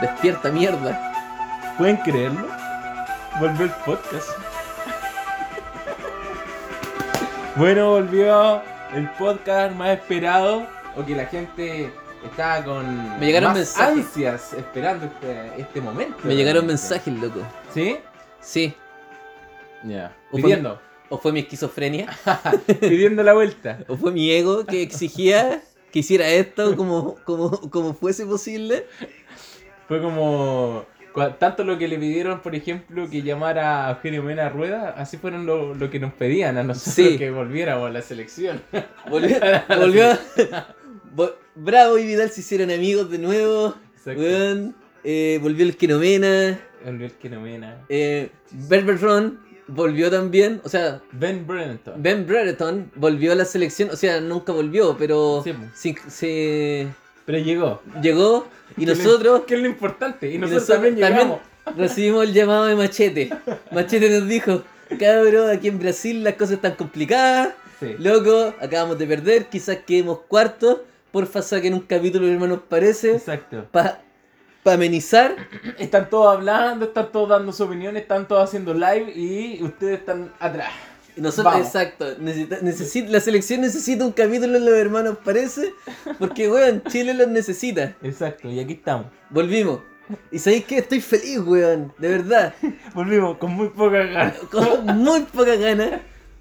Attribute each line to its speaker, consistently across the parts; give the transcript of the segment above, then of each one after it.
Speaker 1: Despierta, mierda.
Speaker 2: ¿Pueden creerlo? Volvió el podcast. Bueno, volvió el podcast más esperado o que la gente estaba con
Speaker 1: Me llegaron
Speaker 2: más
Speaker 1: mensajes.
Speaker 2: ansias esperando este, este momento.
Speaker 1: Me llegaron
Speaker 2: realmente.
Speaker 1: mensajes, loco.
Speaker 2: ¿Sí?
Speaker 1: Sí.
Speaker 2: Ya.
Speaker 1: O fue-
Speaker 2: Pidiendo,
Speaker 1: O fue mi esquizofrenia,
Speaker 2: pidiendo la vuelta.
Speaker 1: o fue mi ego que exigía que hiciera esto como, como, como fuese posible.
Speaker 2: Fue como cua- tanto lo que le pidieron, por ejemplo, que llamara a Eugenio Mena Rueda, así fueron lo, lo que nos pedían a nosotros
Speaker 1: Sí.
Speaker 2: que volviéramos a la selección.
Speaker 1: Volvió. volvió Vo- Bravo y Vidal se hicieron amigos de nuevo.
Speaker 2: Exacto.
Speaker 1: Weón, eh, volvió el Kenomena.
Speaker 2: Volvió el Eugenio Mena.
Speaker 1: Eh, Berber Ron volvió también. O sea,
Speaker 2: Ben Brenton.
Speaker 1: Ben Brereton volvió a la selección. O sea, nunca volvió, pero
Speaker 2: Sí, pues.
Speaker 1: se, se-
Speaker 2: Pero llegó.
Speaker 1: llegó. Y nosotros
Speaker 2: Que es lo importante. Y nosotros,
Speaker 1: nosotros
Speaker 2: también
Speaker 1: también-
Speaker 2: llegamos.
Speaker 1: recibimos el llamado de Machete. Machete nos dijo, cabrón, aquí en Brasil las cosas están complicadas.
Speaker 2: Sí.
Speaker 1: Loco, acabamos de perder, quizás quedemos cuartos. Porfa, saquen un capítulo, hermanos, parece.
Speaker 2: Exacto.
Speaker 1: Para amenizar.
Speaker 2: Están todos hablando, están todos dando su opinión, están todos haciendo live y ustedes están atrás.
Speaker 1: Nosotros,
Speaker 2: Vamos.
Speaker 1: exacto, necesita, necesi- la selección necesita un capítulo en los hermanos, parece, porque weón, Chile los necesita.
Speaker 2: Exacto, y aquí estamos.
Speaker 1: Volvimos. Y sabéis que estoy feliz, weón, de verdad.
Speaker 2: Volvimos con muy poca ganas.
Speaker 1: Con muy pocas ganas,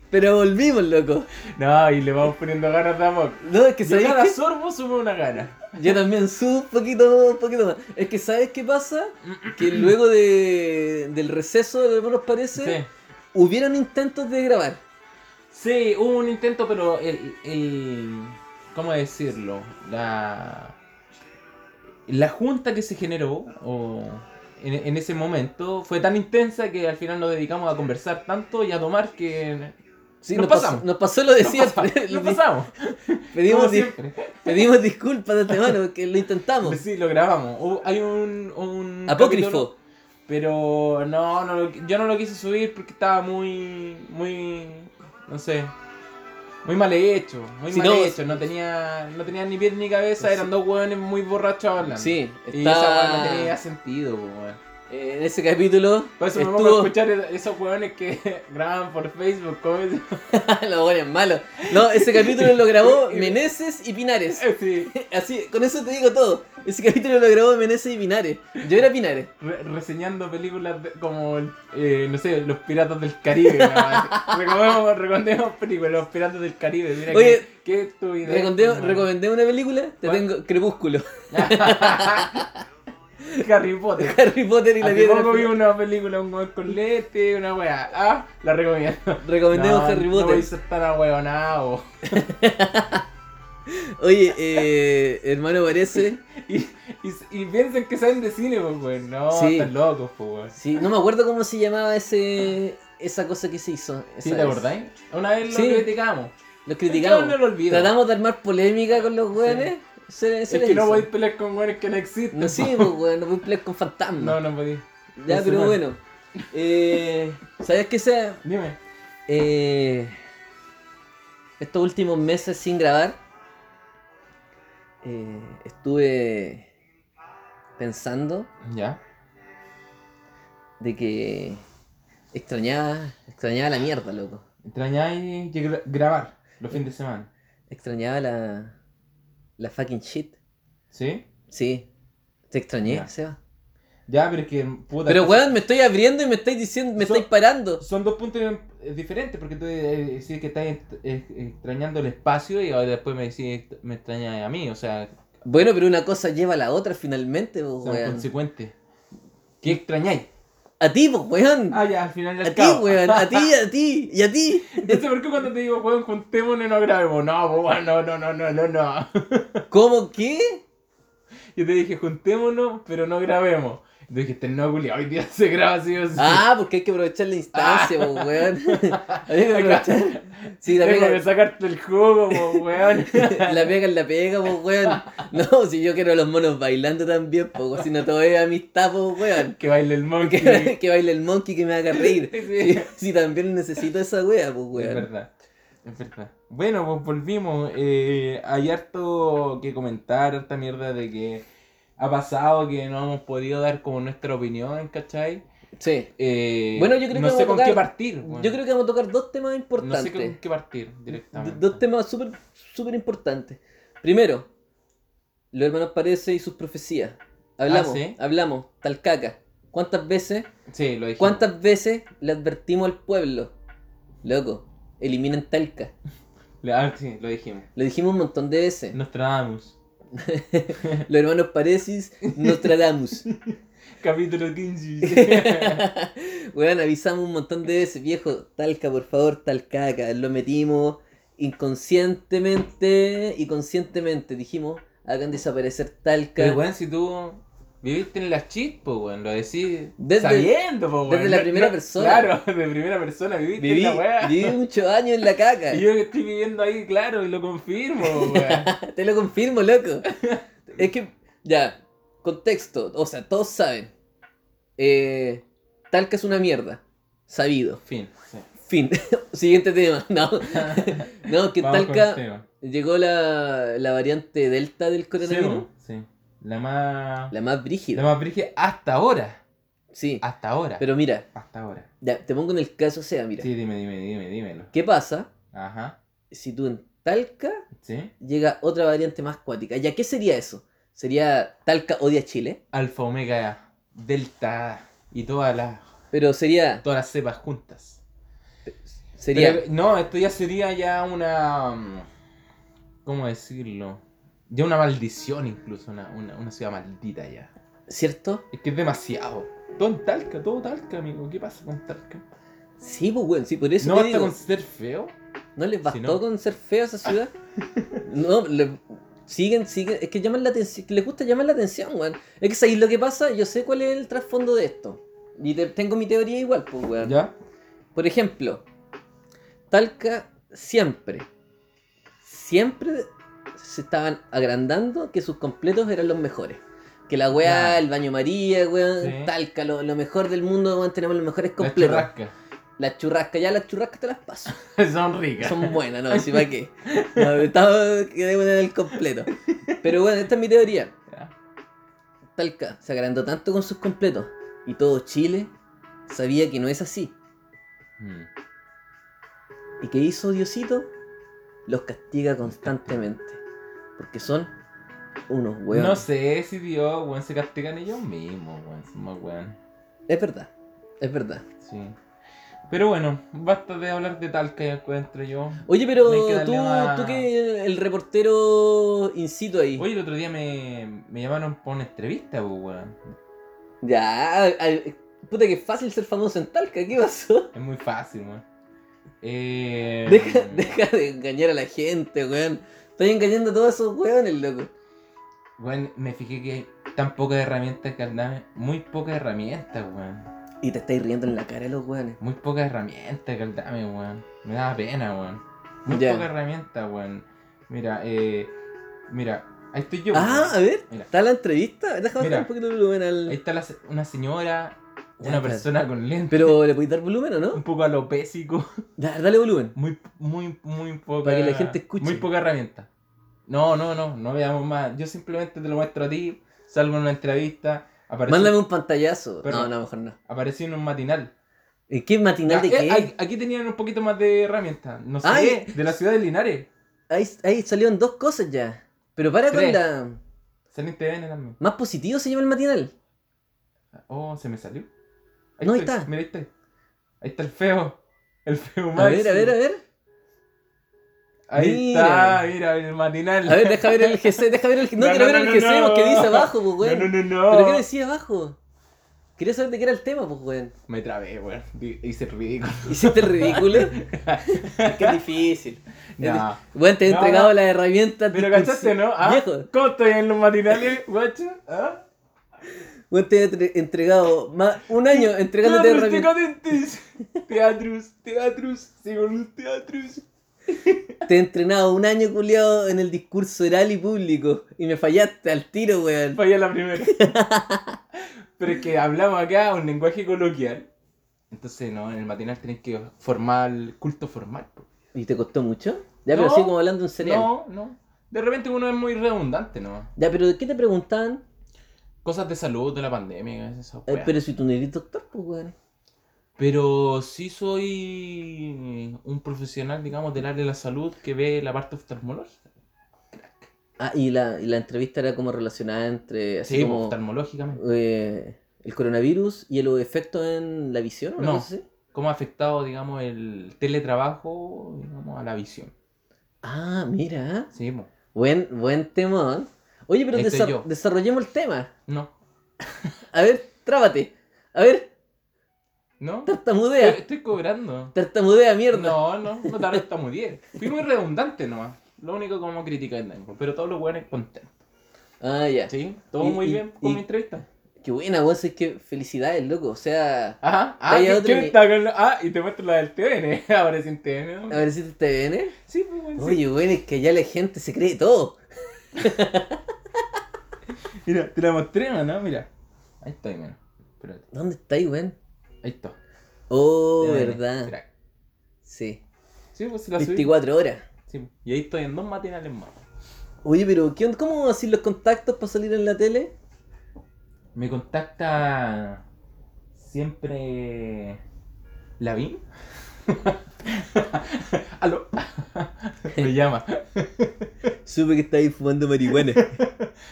Speaker 1: pero volvimos, loco.
Speaker 2: No, y le vamos poniendo ganas de amor.
Speaker 1: No, es que
Speaker 2: De
Speaker 1: sabéis
Speaker 2: cada
Speaker 1: que
Speaker 2: sorbo sube una gana.
Speaker 1: yo también subo un poquito, un poquito más. Es que sabes qué pasa, que luego de, del receso de los hermanos, parece,
Speaker 2: Sí.
Speaker 1: hubieron intentos de grabar.
Speaker 2: Sí, hubo un intento, pero el, el- ¿Cómo decirlo? La... La junta que se generó o, en, en ese momento fue tan intensa que al final nos dedicamos a conversar tanto y a tomar que...
Speaker 1: Sí,
Speaker 2: Nos
Speaker 1: nos, pasó-
Speaker 2: pasamos.
Speaker 1: nos pasó lo de siempre.
Speaker 2: Lo pasamos. Como
Speaker 1: Pedimos, di-
Speaker 2: siempre.
Speaker 1: Pedimos disculpas de antemano, porque lo intentamos.
Speaker 2: Sí, lo grabamos. Hubo- hay un... un capítulo,
Speaker 1: Apócrifo.
Speaker 2: pero no, no lo- yo no lo quise subir porque estaba muy... Muy... No sé. Muy mal hecho, muy
Speaker 1: Sí,
Speaker 2: mal
Speaker 1: no,
Speaker 2: hecho, no tenía, no tenía ni pies ni cabeza,
Speaker 1: Sí.
Speaker 2: eran dos hueones muy borrachos hablando.
Speaker 1: Sí,
Speaker 2: Y esa weá no
Speaker 1: está.
Speaker 2: tenía sentido, po, weón.
Speaker 1: En ese capítulo
Speaker 2: Por eso me pongo a
Speaker 1: estuvo.
Speaker 2: escuchar es- esos hueones que graban por Facebook, ¿cómo
Speaker 1: Lo bueno es malo. No, ese capítulo lo grabó Meneses y Pinares.
Speaker 2: es? Sí,
Speaker 1: Así, con eso te digo todo. Ese capítulo lo grabó Meneses y Pinares. Yo era Pinares.
Speaker 2: re- reseñando películas de- como, el- eh, no sé, Los Piratas del Caribe. una weá así. recomendemos, recomendemos películas, Los Piratas del Caribe. Mira
Speaker 1: Oye,
Speaker 2: qué, qué tu idea.
Speaker 1: Recomendé,
Speaker 2: weón.
Speaker 1: recomendé una película, te
Speaker 2: ¿Cuál?
Speaker 1: tengo Crepúsculo.
Speaker 2: Harry Potter.
Speaker 1: Harry Potter y la
Speaker 2: Hace
Speaker 1: piedra.
Speaker 2: poco vi
Speaker 1: Filosofal.
Speaker 2: una película, un weón con lete, una weá. Ah, la recomiendo.
Speaker 1: Recomendemos
Speaker 2: No,
Speaker 1: Harry
Speaker 2: No voy a
Speaker 1: Potter.
Speaker 2: ser tan ahueonado.
Speaker 1: Oye, eh, hermano, parece.
Speaker 2: Y, y, y piensan que saben de cine, pues, weón. No,
Speaker 1: Sí.
Speaker 2: están locos, pues, weón.
Speaker 1: Sí, no me acuerdo cómo se llamaba ese, esa cosa que se hizo. esa
Speaker 2: ¿Sí te
Speaker 1: vez.
Speaker 2: acordáis? Una vez lo
Speaker 1: Sí.
Speaker 2: criticamos.
Speaker 1: Los
Speaker 2: Es
Speaker 1: criticamos.
Speaker 2: que uno lo olvida.
Speaker 1: Tratamos de armar polémica con los weones. Se,
Speaker 2: Es
Speaker 1: se
Speaker 2: que
Speaker 1: les
Speaker 2: no
Speaker 1: hizo.
Speaker 2: podéis pelear con weones que no existen.
Speaker 1: No, sí, pues, weón, no voy a pelear con fantasmas.
Speaker 2: No, no podéis.
Speaker 1: ya,
Speaker 2: no se
Speaker 1: pero
Speaker 2: puede.
Speaker 1: bueno. Eh, ¿Sabías que sea?
Speaker 2: Dime.
Speaker 1: eh, estos últimos meses sin grabar, eh, estuve pensando
Speaker 2: Ya.
Speaker 1: de que extrañaba, extrañaba la mierda, loco.
Speaker 2: Extrañáis de gra- grabar los fines de semana.
Speaker 1: Extrañaba la, la fucking shit.
Speaker 2: ¿Sí?
Speaker 1: Sí, te extrañé,
Speaker 2: Ya.
Speaker 1: Seba.
Speaker 2: Ya, pero es que, puta.
Speaker 1: Pero
Speaker 2: que-
Speaker 1: weón, me estoy abriendo y me estáis diciendo, me
Speaker 2: So-
Speaker 1: estáis parando.
Speaker 2: Son dos puntos eh, diferentes, porque tú eh, decís que estás ext- eh, extrañando el espacio y ahora después me decís me extrañas a mí, o sea,
Speaker 1: Bueno, pero una cosa lleva a la otra finalmente, pues,
Speaker 2: son
Speaker 1: weón.
Speaker 2: consecuentes. ¿Qué extrañáis?
Speaker 1: A ti, pues, weón.
Speaker 2: Ah, ya, al final del
Speaker 1: a ti,
Speaker 2: cabo.
Speaker 1: weón. A ti, a ti. Y a ti.
Speaker 2: No sé por qué cuando te digo, weón, juntémonos y no grabemos. No, weón, no, no, no, no, no, no.
Speaker 1: ¿Cómo qué?
Speaker 2: Yo te dije, juntémonos, pero no grabemos. "Este Y tú dijiste, no, Julia, hoy día se graba así o sí.
Speaker 1: Ah, porque hay que aprovechar la instancia, pues, weón. Hay que aprovechar. Sí, la
Speaker 2: Ah. Tengo que
Speaker 1: pega,
Speaker 2: sacarte el jugo, po, weón.
Speaker 1: la pega es la pega, pues, weón. No, si yo quiero a los monos bailando también, pues, si no todo es amistad, pues, weón.
Speaker 2: que baile el monkey.
Speaker 1: Que, que baile el monkey que me haga reír.
Speaker 2: Sí.
Speaker 1: Si también necesito esa wea, pues,
Speaker 2: Es
Speaker 1: weón.
Speaker 2: verdad. Es verdad. Bueno, pues volvimos. Eh, hay harto que comentar, harta mierda de que ha pasado que no hemos podido dar como nuestra opinión, ¿cachai?
Speaker 1: Sí.
Speaker 2: Eh,
Speaker 1: Bueno, yo creo
Speaker 2: no
Speaker 1: que
Speaker 2: sé
Speaker 1: vamos a
Speaker 2: con
Speaker 1: tocar-
Speaker 2: qué partir. weón.
Speaker 1: Yo creo que vamos a tocar dos temas
Speaker 2: no sé
Speaker 1: importantes.
Speaker 2: con qué partir
Speaker 1: D-
Speaker 2: directamente.
Speaker 1: Dos temas súper súper importantes. Primero, los hermanos Parece y sus profecías. Hablamos,
Speaker 2: Ah, ¿sí?
Speaker 1: hablamos, tal caca. ¿Cuántas veces,
Speaker 2: Sí, lo dije.
Speaker 1: cuántas veces le advertimos al pueblo? Loco, eliminen Talca.
Speaker 2: Ah, sí, lo dijimos.
Speaker 1: Lo dijimos un montón de veces.
Speaker 2: Nostradamus.
Speaker 1: Los hermanos Parecis, Nostradamus.
Speaker 2: Capítulo 15.
Speaker 1: Weón, avisamos un montón de veces, viejo, talca, por favor, talcaca. Lo metimos inconscientemente y conscientemente. Dijimos, hagan desaparecer talca.
Speaker 2: Pero weón, si tú viviste en las chis, pues weón, lo decís
Speaker 1: Desde-
Speaker 2: sabiendo, pues weón.
Speaker 1: desde la primera persona.
Speaker 2: Claro, de primera persona viviste
Speaker 1: viví,
Speaker 2: en la weá.
Speaker 1: viví muchos años en la caca.
Speaker 2: Y yo que estoy viviendo ahí, claro, y lo confirmo, weón.
Speaker 1: Te lo confirmo, loco. es que, ya, contexto. O sea, todos saben. Eh, talca es una mierda. Sabido.
Speaker 2: fin. sí.
Speaker 1: Fin. Siguiente tema. No, no que
Speaker 2: Vamos con el
Speaker 1: talca...
Speaker 2: tema.
Speaker 1: Llegó la, la variante Delta del coronavirus.
Speaker 2: Sí, sí. La más. La,
Speaker 1: La más brígida.
Speaker 2: más brígida hasta ahora.
Speaker 1: Sí.
Speaker 2: Hasta ahora.
Speaker 1: Pero mira,
Speaker 2: Hasta ahora.
Speaker 1: ya, te pongo en el caso sea, mira.
Speaker 2: Sí, dime, dime, dime, dímelo.
Speaker 1: ¿Qué pasa
Speaker 2: Ajá.
Speaker 1: si tú en Talca
Speaker 2: ¿Sí?
Speaker 1: llega otra variante más cuática? ¿Ya qué sería eso? ¿Sería Talca odia Chile?
Speaker 2: Alfa, Omega, Delta y todas las
Speaker 1: Pero sería...
Speaker 2: todas las cepas juntas.
Speaker 1: sería
Speaker 2: Pero, no, esto ya sería ya una. mm, ¿Cómo decirlo? Ya una maldición, incluso. Una, una, una ciudad maldita ya.
Speaker 1: ¿Cierto?
Speaker 2: Es que es demasiado. Todo en Talca, todo Talca, amigo. ¿Qué pasa con Talca?
Speaker 1: Sí, pues bueno, sí, por eso
Speaker 2: ¿No
Speaker 1: te
Speaker 2: basta
Speaker 1: digo,
Speaker 2: con ser feo?
Speaker 1: ¿No les bastó
Speaker 2: no-
Speaker 1: con ser fea esa ciudad? no, le- siguen, siguen... Es que llaman la atención, que les gusta llamar la atención, weón. Es que sabéis lo que pasa, yo sé cuál es el trasfondo de esto. Y te- tengo mi teoría igual, pues, weón.
Speaker 2: ¿Ya?
Speaker 1: Por ejemplo, Talca siempre, siempre se estaban agrandando que sus completos eran los mejores. Que la weá,
Speaker 2: Ya.
Speaker 1: el baño María, weón,
Speaker 2: Sí.
Speaker 1: Talca, lo, lo mejor del mundo, weón, tenemos los mejores
Speaker 2: Las
Speaker 1: completos. Las churrascas,
Speaker 2: churrascas.
Speaker 1: ya las churrascas te las paso.
Speaker 2: Son ricas.
Speaker 1: Son buenas, no, si para qué. No, estaba quedemos en el completo. Pero bueno, esta es mi teoría.
Speaker 2: Ya.
Speaker 1: Talca se agrandó tanto con sus completos y todo Chile sabía que no es así.
Speaker 2: Mm.
Speaker 1: ¿Y qué hizo Diosito? Los castiga constantemente. Porque son unos huevos.
Speaker 2: No sé si Dios, weón, se castigan ellos mismos, weón. Son más weón.
Speaker 1: Es verdad, es verdad.
Speaker 2: Sí. Pero bueno, basta de hablar de Talca, yo encuentro yo.
Speaker 1: Oye, pero
Speaker 2: No hay que
Speaker 1: tú,
Speaker 2: darle más-
Speaker 1: tú que el reportero incito ahí.
Speaker 2: Oye, el otro día me, me llamaron para una entrevista, pues, weón.
Speaker 1: Ya, ay, puta que fácil ser famoso en Talca, ¿qué pasó?
Speaker 2: Es muy fácil, weón. Eh,
Speaker 1: Deja, deja de engañar a la gente, weón. Estoy engañando a todos esos huevones, loco.
Speaker 2: Weón, me fijé que hay tan pocas herramientas que andan. Muy pocas herramientas, weón.
Speaker 1: Y te estáis riendo en la cara de los huevones.
Speaker 2: Muy pocas herramientas que andame, weón. Me daba pena, weón. Muy
Speaker 1: Ya.
Speaker 2: pocas herramientas, weón. Mira, eh. Mira, ahí estoy yo.
Speaker 1: Ah, a
Speaker 2: weón.
Speaker 1: ver,
Speaker 2: Mira.
Speaker 1: está la entrevista. Déjame
Speaker 2: Mira.
Speaker 1: bajar un poquito el volumen
Speaker 2: Ahí
Speaker 1: al.
Speaker 2: está la se- una señora,
Speaker 1: Ya,
Speaker 2: una
Speaker 1: claro.
Speaker 2: persona con lentes,
Speaker 1: Pero le podéis dar volumen o
Speaker 2: un
Speaker 1: no?
Speaker 2: poco alopésico,
Speaker 1: Da- Dale volumen.
Speaker 2: muy, muy, muy poca.
Speaker 1: Para que la gente escuche.
Speaker 2: Muy poca herramienta. No, no, no, no veamos más. Yo simplemente te lo muestro a ti, salgo en una entrevista, aparecí,
Speaker 1: Mándame un pantallazo.
Speaker 2: Pero-
Speaker 1: No, no, mejor no.
Speaker 2: aparecí en un matinal.
Speaker 1: ¿En qué matinal de
Speaker 2: Ya, eh,
Speaker 1: qué?
Speaker 2: aquí- Aquí tenían un poquito más de herramientas, no sé,
Speaker 1: Ay.
Speaker 2: de la ciudad de Linares.
Speaker 1: Ahí, ahí salieron dos cosas ya. Pero para con
Speaker 2: Tres.
Speaker 1: la.
Speaker 2: Salí en TVN también.
Speaker 1: Más positivo se llama el matinal.
Speaker 2: Oh, se me salió.
Speaker 1: No, ahí
Speaker 2: estoy,
Speaker 1: está.
Speaker 2: Mira, ahí está. Ahí está el feo. El feo
Speaker 1: A ver, a ver, a ver.
Speaker 2: Ahí
Speaker 1: Mira.
Speaker 2: está, mira, el matinal.
Speaker 1: A ver, deja ver el GC, deja ver el GC. No,
Speaker 2: No,
Speaker 1: quiero
Speaker 2: no,
Speaker 1: ver
Speaker 2: no,
Speaker 1: el GC
Speaker 2: no, no.
Speaker 1: porque dice abajo, pues, weón.
Speaker 2: No, no, no, no.
Speaker 1: ¿Pero qué decía abajo? Quería saber de qué era el tema, pues, weón.
Speaker 2: Me trabé, weón. Di- Hice el ridículo.
Speaker 1: ¿Hiciste el ridículo? es que es difícil.
Speaker 2: Nah.
Speaker 1: Weón, te he
Speaker 2: No,
Speaker 1: entregado
Speaker 2: no.
Speaker 1: las herramientas.
Speaker 2: Pero
Speaker 1: discursi-
Speaker 2: cachaste, ¿no? ¿Ah?
Speaker 1: Viejo,
Speaker 2: ¿Cómo estoy en los matinales, guacho? ¿Ah?
Speaker 1: weón, te he entre- entregado más un año entregándote
Speaker 2: Teatrus
Speaker 1: herramientas.
Speaker 2: decadentes. Teatrus, teatrus, sigo en los teatrus.
Speaker 1: Te he entrenado un año culiado en el discurso oral y público. Y me fallaste al tiro, weón.
Speaker 2: Fallé la primera. Pero es que hablamos acá un lenguaje coloquial. Entonces, no, en el matinal tenés que formar culto formal. po.
Speaker 1: ¿Y te costó mucho? Ya, pero
Speaker 2: No.
Speaker 1: así como hablando en serio.
Speaker 2: No, no. De repente uno es muy redundante, ¿no?
Speaker 1: Ya, pero ¿qué te preguntaban?
Speaker 2: Cosas de salud, de la pandemia, esas
Speaker 1: Eh,
Speaker 2: weas.
Speaker 1: pero si tú no eres doctor, pues, weón.
Speaker 2: Pero sí soy un profesional, digamos, del área de la salud que ve la parte oftalmológica.
Speaker 1: Ah, y la, y la entrevista era como relacionada entre. Así
Speaker 2: Sí, pues,
Speaker 1: como,
Speaker 2: oftalmológicamente.
Speaker 1: eh, el coronavirus y los efectos en la visión, ¿o
Speaker 2: No.
Speaker 1: no? sé?
Speaker 2: ¿Cómo ha afectado, digamos, el teletrabajo, digamos, a la visión?
Speaker 1: Ah, mira.
Speaker 2: Sí, mo.
Speaker 1: Buen, buen temón. Oye, pero
Speaker 2: Ahí estoy
Speaker 1: desa-
Speaker 2: Este yo.
Speaker 1: desarrollemos el tema.
Speaker 2: No.
Speaker 1: A ver, trábate. A ver,
Speaker 2: ¿No?
Speaker 1: tartamudea.
Speaker 2: Estoy, estoy cobrando.
Speaker 1: Tartamudea, mierda.
Speaker 2: Eh, No, no, no te está muy bien. Fui muy redundante nomás. Lo único como crítica en Dango. Pero todos los weones contentos.
Speaker 1: Ah, ya.
Speaker 2: ¿Sí? Todo
Speaker 1: Y-
Speaker 2: muy
Speaker 1: y-
Speaker 2: bien con
Speaker 1: y-
Speaker 2: mi entrevista.
Speaker 1: Qué buena, weón. Es que felicidades, loco. O sea,
Speaker 2: Ajá. Ah,
Speaker 1: Hay
Speaker 2: ¿qué-
Speaker 1: otro
Speaker 2: qué
Speaker 1: que-
Speaker 2: está con la- ah, y te muestro la del TN. Ahora sin TN.
Speaker 1: a
Speaker 2: ¿no?
Speaker 1: ver si te viene.
Speaker 2: Sí, pues, weón, sí.
Speaker 1: Oye, weón, es que allá la gente se cree todo.
Speaker 2: Mira, te la mostré, ¿o ¿no? Mira. Ahí estoy, mira. Espérate.
Speaker 1: ¿Dónde estáis, weón?
Speaker 2: Ahí está.
Speaker 1: Oh,
Speaker 2: TN,
Speaker 1: verdad.
Speaker 2: crack.
Speaker 1: Sí.
Speaker 2: Sí, pues se la subí.
Speaker 1: 24 horas.
Speaker 2: Sí, pues. y ahí estoy en dos matinales más.
Speaker 1: Oye, pero ¿qué onda? ¿cómo así los contactos para salir en la tele?
Speaker 2: Me contacta siempre Lavín. Aló. Me llama.
Speaker 1: Supe que estáis fumando marihuana.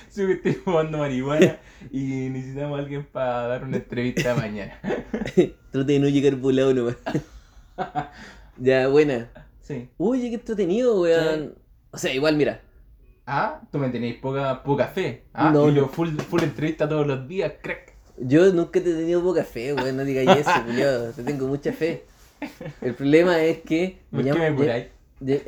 Speaker 2: Sí, que estoy fumando marihuana y necesitamos a alguien para dar una entrevista mañana.
Speaker 1: Trate de no llegar volado nomás. ya, buena.
Speaker 2: Sí.
Speaker 1: Oye, qué entretenido, weón. O sea, igual, mira.
Speaker 2: Ah, tú me tenéis poca, poca fe. Ah,
Speaker 1: No,
Speaker 2: y yo
Speaker 1: no.
Speaker 2: full, full entrevista todos los días, crack.
Speaker 1: Yo nunca te he tenido poca fe, weón. No digas eso, culiado. Te tengo mucha fe. El problema es que
Speaker 2: ¿Por qué me
Speaker 1: llama,
Speaker 2: curáis?
Speaker 1: ya-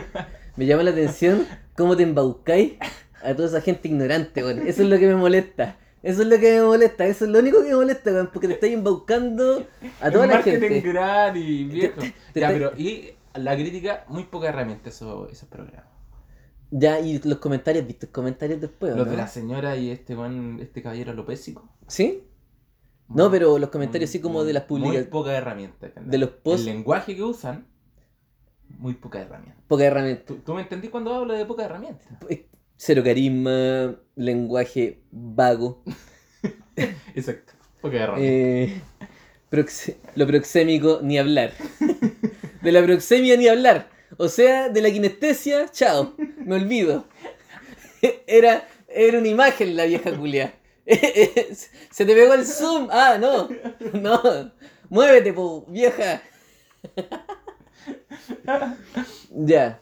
Speaker 1: me llama la atención cómo te embaucáis a toda esa gente ignorante, weón. Eso es lo que me molesta. Eso es lo que me molesta. Eso es lo único que me molesta, weón. Porque te estáis embaucando a toda
Speaker 2: El
Speaker 1: la
Speaker 2: marketing
Speaker 1: gente.
Speaker 2: gratis, viejo.
Speaker 1: te-
Speaker 2: ya,
Speaker 1: te-
Speaker 2: pero y la crítica, muy poca herramienta eso- esos programas.
Speaker 1: Ya, y los comentarios, ¿viste? Los comentarios después, ¿o
Speaker 2: Los
Speaker 1: no?
Speaker 2: de la señora y este buen, este caballero lopésico.
Speaker 1: ¿Sí? No, pero los
Speaker 2: Muy-
Speaker 1: comentarios así como
Speaker 2: muy-
Speaker 1: de las
Speaker 2: Muy
Speaker 1: publicaciones.
Speaker 2: poca herramienta. ¿cachai?
Speaker 1: de los posts.
Speaker 2: El lenguaje que usan, muy poca herramienta.
Speaker 1: Poca herramienta. Eh,
Speaker 2: ¿Tú, tú me entendí cuando hablo de poca herramienta?
Speaker 1: Cero carisma, lenguaje vago.
Speaker 2: Exacto. Poca herramienta.
Speaker 1: eh, prox- lo proxémico, ni hablar. De la proxemia, ni hablar. O sea, de la kinestesia, chao. Me olvido. Era, era una imagen la vieja culia. Se te pegó el zoom. Ah, no. No. Muévete, po, vieja. Ya.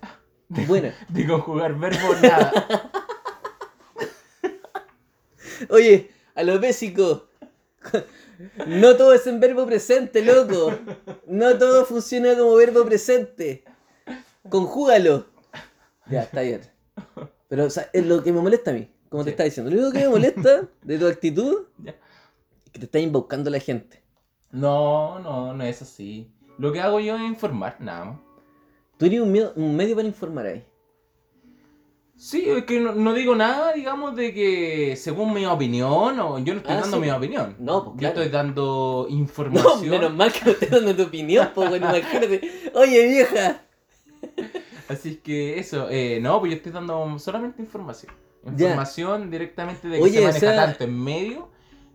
Speaker 1: Bueno.
Speaker 2: De conjugar verbos, nada.
Speaker 1: Oye, a lo bésico. No todo es en verbo presente, loco. No todo funciona como verbo presente. Conjúgalo. Ya, está bien. Pero o sea, es lo que me molesta a mí, como
Speaker 2: Sí.
Speaker 1: te estaba diciendo. Lo único que me molesta de tu actitud
Speaker 2: Ya.
Speaker 1: es que te está embaucando a la gente.
Speaker 2: No, no, no es así. Lo que hago yo es informar, nada más.
Speaker 1: Tú eres un, miedo- un medio para informar ahí.
Speaker 2: Sí, es que no, no digo nada, digamos, de que según mi opinión, o yo no estoy
Speaker 1: Ah,
Speaker 2: dando
Speaker 1: sí.
Speaker 2: mi opinión.
Speaker 1: No, pues,
Speaker 2: yo
Speaker 1: claro.
Speaker 2: estoy dando
Speaker 1: No,
Speaker 2: información.
Speaker 1: menos mal que no estás dando tu opinión, pues bueno, imagínate. Oye, vieja.
Speaker 2: Así es que eso, eh, no, pues yo estoy dando solamente información.
Speaker 1: Ya.
Speaker 2: Información directamente de que
Speaker 1: Oye,
Speaker 2: se
Speaker 1: o
Speaker 2: maneja
Speaker 1: sea-
Speaker 2: tanto en medio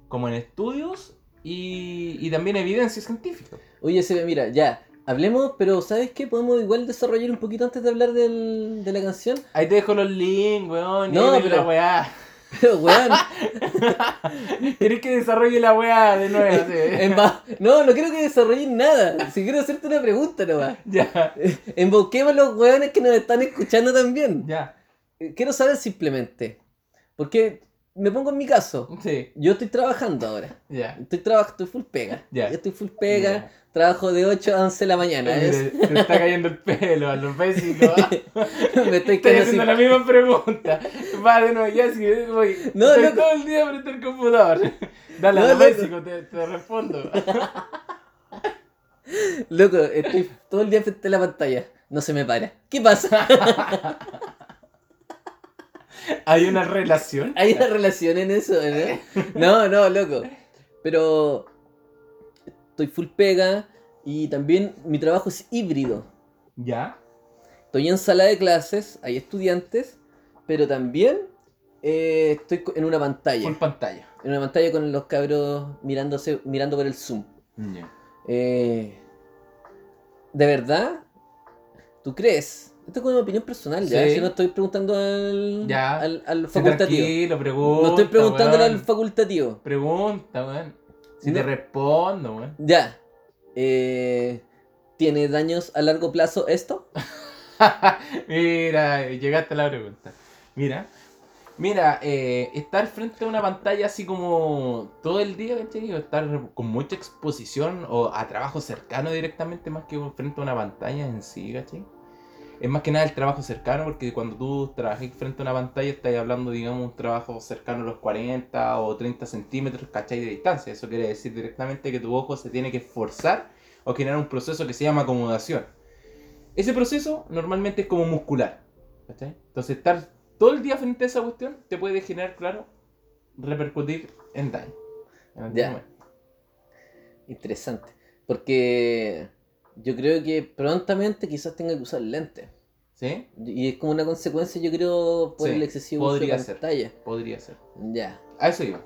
Speaker 2: como en estudios y, y también evidencia científica.
Speaker 1: Oye, se ve, mira, ya, hablemos, pero ¿sabes qué? Podemos igual desarrollar un poquito antes de hablar del- de la canción.
Speaker 2: Ahí te dejo los links, weón.
Speaker 1: No,
Speaker 2: No, pero... la
Speaker 1: pero-
Speaker 2: weá.
Speaker 1: Pero, weón,
Speaker 2: Querés que desarrolle la weá de nuevo. sí.
Speaker 1: emba- no, no quiero que desarrollen nada. Si quiero hacerte una pregunta nomás.
Speaker 2: ya,
Speaker 1: Eh, Embauquemos a los weones que nos están escuchando también.
Speaker 2: ya.
Speaker 1: Eh, Quiero saber simplemente, porque me pongo en mi caso.
Speaker 2: Sí,
Speaker 1: Yo estoy trabajando ahora.
Speaker 2: ya.
Speaker 1: Estoy, traba- estoy full pega.
Speaker 2: Ya.
Speaker 1: Yo estoy full pega. Trabajo de 8 a 11 de la mañana.
Speaker 2: Eh, Mire,
Speaker 1: es-
Speaker 2: Te está cayendo el pelo a los básicos.
Speaker 1: me estoy
Speaker 2: Estoy
Speaker 1: quedando
Speaker 2: haciendo
Speaker 1: sin-
Speaker 2: la misma pregunta. Va de nuevo, ya sí, voy.
Speaker 1: No,
Speaker 2: Estoy
Speaker 1: loco.
Speaker 2: todo el día frente al computador. Dale
Speaker 1: No,
Speaker 2: a los
Speaker 1: loco.
Speaker 2: básicos, te, te respondo.
Speaker 1: Loco, estoy todo el día frente a la pantalla. No se me para. ¿Qué pasa?
Speaker 2: Hay una relación.
Speaker 1: Hay una relación en eso, ¿eh? ¿no? No, no, loco. Pero estoy full pega y también mi trabajo es híbrido.
Speaker 2: Ya.
Speaker 1: Estoy en sala de clases, hay estudiantes, pero también eh, estoy co- en una pantalla.
Speaker 2: Full pantalla.
Speaker 1: En una pantalla con los cabros mirándose, mirando por el Zoom. Eh, ¿De verdad? ¿Tú crees? Esto es como una opinión personal, ya.
Speaker 2: Sí.
Speaker 1: Yo no estoy preguntando al,
Speaker 2: Ya.
Speaker 1: al, al
Speaker 2: Sí,
Speaker 1: facultativo.
Speaker 2: tranquilo, pregunta.
Speaker 1: No estoy preguntándole
Speaker 2: weón.
Speaker 1: al facultativo.
Speaker 2: Pregunta, weón. Si te
Speaker 1: No.
Speaker 2: respondo, weón.
Speaker 1: Ya. Eh, ¿Tiene daños a largo plazo esto?
Speaker 2: Mira, llegaste a la pregunta. Mira, mira, eh, estar frente a una pantalla así como todo el día, ¿cachai? O estar con mucha exposición o a trabajo cercano directamente más que frente a una pantalla en sí, ¿cachai? Es más que nada el trabajo cercano, porque cuando tú trabajas frente a una pantalla estás hablando, digamos, un trabajo cercano a los 40 o 30 centímetros, ¿cachai? De distancia. Eso quiere decir directamente que tu ojo se tiene que esforzar o generar un proceso que se llama acomodación. Ese proceso normalmente es como muscular. ¿cachai? Entonces estar todo el día frente a esa cuestión te puede generar, claro, repercutir en daño. En algún
Speaker 1: Ya.
Speaker 2: momento.
Speaker 1: Interesante. Porque yo creo que prontamente quizás tenga que usar lentes.
Speaker 2: ¿Sí?
Speaker 1: Y es como una consecuencia, yo creo, por
Speaker 2: Sí,
Speaker 1: el excesivo uso de
Speaker 2: podría ser.
Speaker 1: pantalla.
Speaker 2: Podría ser.
Speaker 1: Ya.
Speaker 2: A eso iba.